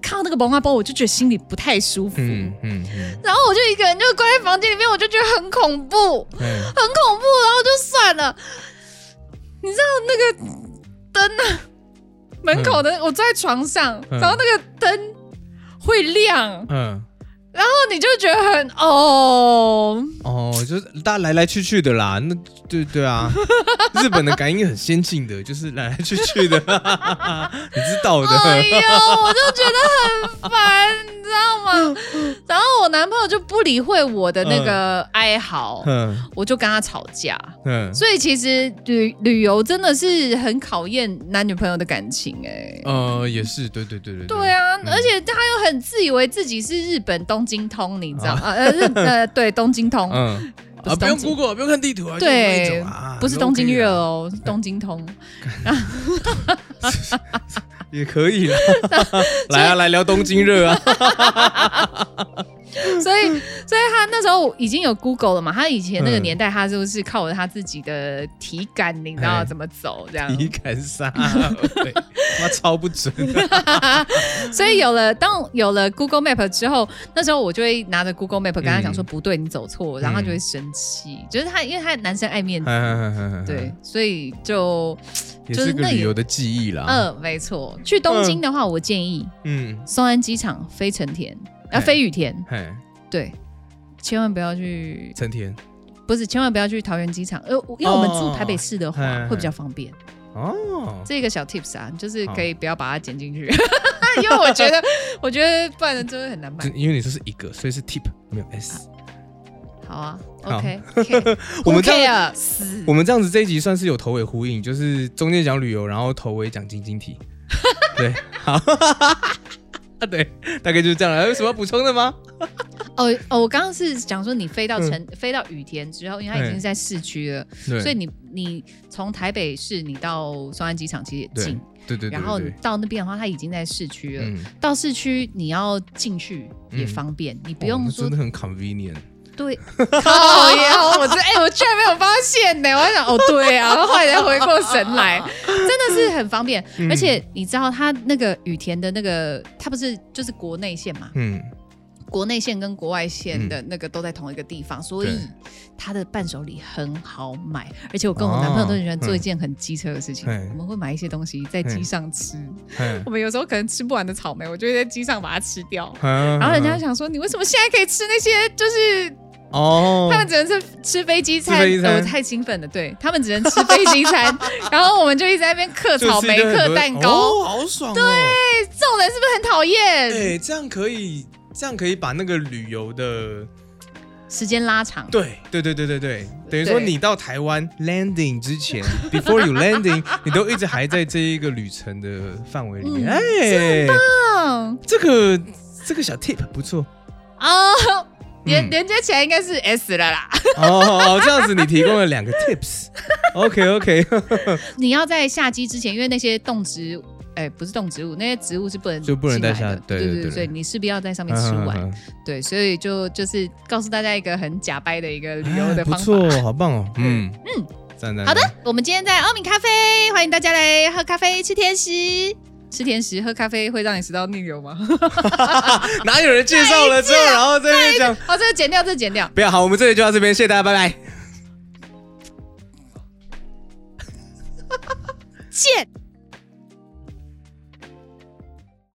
Speaker 6: 看到那个蒙阿波，我就觉得心里不太舒服。
Speaker 3: 嗯嗯嗯
Speaker 6: 然后我就一个人就关在房间里面，我就觉得很恐怖，很
Speaker 3: 嗯，
Speaker 6: 恐怖，然后就算了。你知道那个灯啊，门口的，我坐在床上，
Speaker 3: 嗯
Speaker 6: 然后那个灯会亮，然
Speaker 3: 嗯，
Speaker 6: 后你就觉得很哦，
Speaker 3: 哦，就是大家来来去去的啦，那对对啊， 日本的感应很先进的，就是来来去去的， 你知道
Speaker 6: 哎
Speaker 3: 的，
Speaker 6: 呦，我就觉得很烦，你知道吗？ 然后我男朋友就不理会我的那个哀嚎，
Speaker 3: 嗯
Speaker 6: 我就跟他吵架。
Speaker 3: 嗯。
Speaker 6: 所以其实旅旅游真的是很考验男女朋友的感情哎、
Speaker 3: 呃，也是，对对对对。
Speaker 6: 对，啊，
Speaker 3: 嗯
Speaker 6: 而且他又很自以为自己是日本东京通，你知道吗？呃，日呃，对，东京通，
Speaker 3: 哦嗯，
Speaker 6: 不
Speaker 3: 啊，
Speaker 6: 是
Speaker 3: 不用
Speaker 6: 东京
Speaker 3: Google，不用看地图啊，就那一
Speaker 6: 对
Speaker 3: 种啊，
Speaker 6: 不是
Speaker 3: 都
Speaker 6: 东京
Speaker 3: OK
Speaker 6: 热
Speaker 3: 啊，
Speaker 6: 哦，是东京通。
Speaker 3: 也可啊以 啦。来啊，来聊东京热 啊。
Speaker 6: 所以，所以他那时候已经有 Google 了嘛？他以前那个
Speaker 3: 嗯
Speaker 6: 年代，他就是靠着他自己的体感，你知道
Speaker 3: 哎
Speaker 6: 怎么走这样。
Speaker 3: 你敢杀？ 对，啊他妈超不 准。
Speaker 6: 所以有了当有了 Google Map 之后，那时候我就会拿着 Google Map 跟他讲说、
Speaker 3: 嗯
Speaker 6: 不对，你走错，然后他就会生气。就是他，因为他男生爱面子，
Speaker 3: 嗯
Speaker 6: 对，所以就
Speaker 3: 也
Speaker 6: 就是
Speaker 3: 是个
Speaker 6: 那
Speaker 3: 旅
Speaker 6: 也
Speaker 3: 游的记忆啦。
Speaker 6: 嗯、没错。去东京的话，我建议
Speaker 3: 嗯，
Speaker 6: 松安机场飞成田，啊、
Speaker 3: 哎
Speaker 6: 飞羽田，
Speaker 3: 嘿，
Speaker 6: 对，千万不要去，
Speaker 3: 成田，
Speaker 6: 不不是，千万不要去桃园机场，呃，因为我们住台北市的话、
Speaker 3: 哦
Speaker 6: 会比较方便。
Speaker 3: 哦，
Speaker 6: 这个小 tips 啊，就是可以不要把它剪进去， 因为我觉 得，我觉得不然真的很难买
Speaker 3: 这。因为你说是一个，所以是 tip 没有 s。
Speaker 6: 啊嗯好啊
Speaker 3: 好
Speaker 6: ，OK，
Speaker 3: 我们这样，
Speaker 6: 样死，
Speaker 3: 我们这样子这一集算是有头尾呼应，就是中间讲旅游，然后头尾讲晶晶 体。对， 好，对，大概就是这样了。还有什么要补充的吗？
Speaker 6: 哦哦，我刚刚是讲说你飞到成、飞到羽田之后，因为它已经是在市区了，
Speaker 3: 嗯对，
Speaker 6: 所以你你从台北市你到松山机场其实也
Speaker 3: 对
Speaker 6: 近，
Speaker 3: 对对对对，
Speaker 6: 然后你
Speaker 3: 对
Speaker 6: 到那边的话，它已经在市区了。
Speaker 3: 嗯，
Speaker 6: 到市区你要进去也方便，你不
Speaker 3: 哦
Speaker 6: 用
Speaker 3: 那
Speaker 6: 说
Speaker 3: 真的很 convenient。
Speaker 6: 对，靠呀！我这哎、我居然没有发现呢、我还想，哦，对啊，后来才回过神来，真的是很方便。而且你知道，它那个羽田的那个，它不是就是国内线嘛？
Speaker 3: 嗯，
Speaker 6: 国内线跟国外线的那个都在同一个地方，所以它的伴手礼很好买。而且我跟我男朋友都很喜欢做一件很机车的事情，
Speaker 3: 嗯
Speaker 6: 我们会买一些东西在机上吃。
Speaker 3: 嘿
Speaker 6: 我们有时候可能吃不完的草莓，我就会在机上把它吃掉。
Speaker 3: 然
Speaker 6: 然后人家想说，你为什么现在可以吃那些？就是
Speaker 3: 哦，
Speaker 6: 他们只能是吃飞机餐，
Speaker 3: 吃飞机餐
Speaker 6: 呃我太兴奋了，对他们只能吃飞机 餐，然后我们就一直在那边嗑
Speaker 3: 就是
Speaker 6: 草莓、
Speaker 3: 一个很
Speaker 6: 嗑
Speaker 3: 多
Speaker 6: 蛋糕，
Speaker 3: 哦好爽。对，
Speaker 6: 这种人是不是很讨厌？
Speaker 3: 哎，这样可以，这样可以把那个旅游的
Speaker 6: 时间拉长，
Speaker 3: 对对对对对对，等于说
Speaker 6: 对
Speaker 3: 你到台湾 landing 之前 ，before you landing，你都一直还在这一个旅程的范围里面。
Speaker 6: 嗯
Speaker 3: 哎，
Speaker 6: 嗯
Speaker 3: 这个这个小 tip 不错
Speaker 6: 啊，连
Speaker 3: 嗯
Speaker 6: 连接起来应该是 S 了啦。
Speaker 3: 哦哦，哦这样子你提供了两个 tips。OK OK，
Speaker 6: 你要在下机之前，因为那些动植物，哎，不是动植物，那些植物是不能
Speaker 3: 就不能
Speaker 6: 进来
Speaker 3: 带下
Speaker 6: 的
Speaker 3: 对
Speaker 6: 对
Speaker 3: 对
Speaker 6: 对
Speaker 3: 对
Speaker 6: 所以你势必要在上 面吃完。
Speaker 3: 啊
Speaker 6: 对，所以就就是告诉大家一个很假掰的一个旅游的
Speaker 3: 哎不
Speaker 6: 方法。
Speaker 3: 错，好棒哦。嗯嗯，赞赞。
Speaker 6: 好的，我们今天在奥敏咖啡，欢迎大家来喝咖啡、吃甜食。 吃甜食、喝咖啡会让你食到逆流吗？
Speaker 3: 赞，哪有人介绍了之后，然后在那边讲？
Speaker 6: 哦，这个剪掉，这个 剪掉。
Speaker 3: 不要好，我们这里就到这边，谢谢大家，拜拜。
Speaker 6: 见。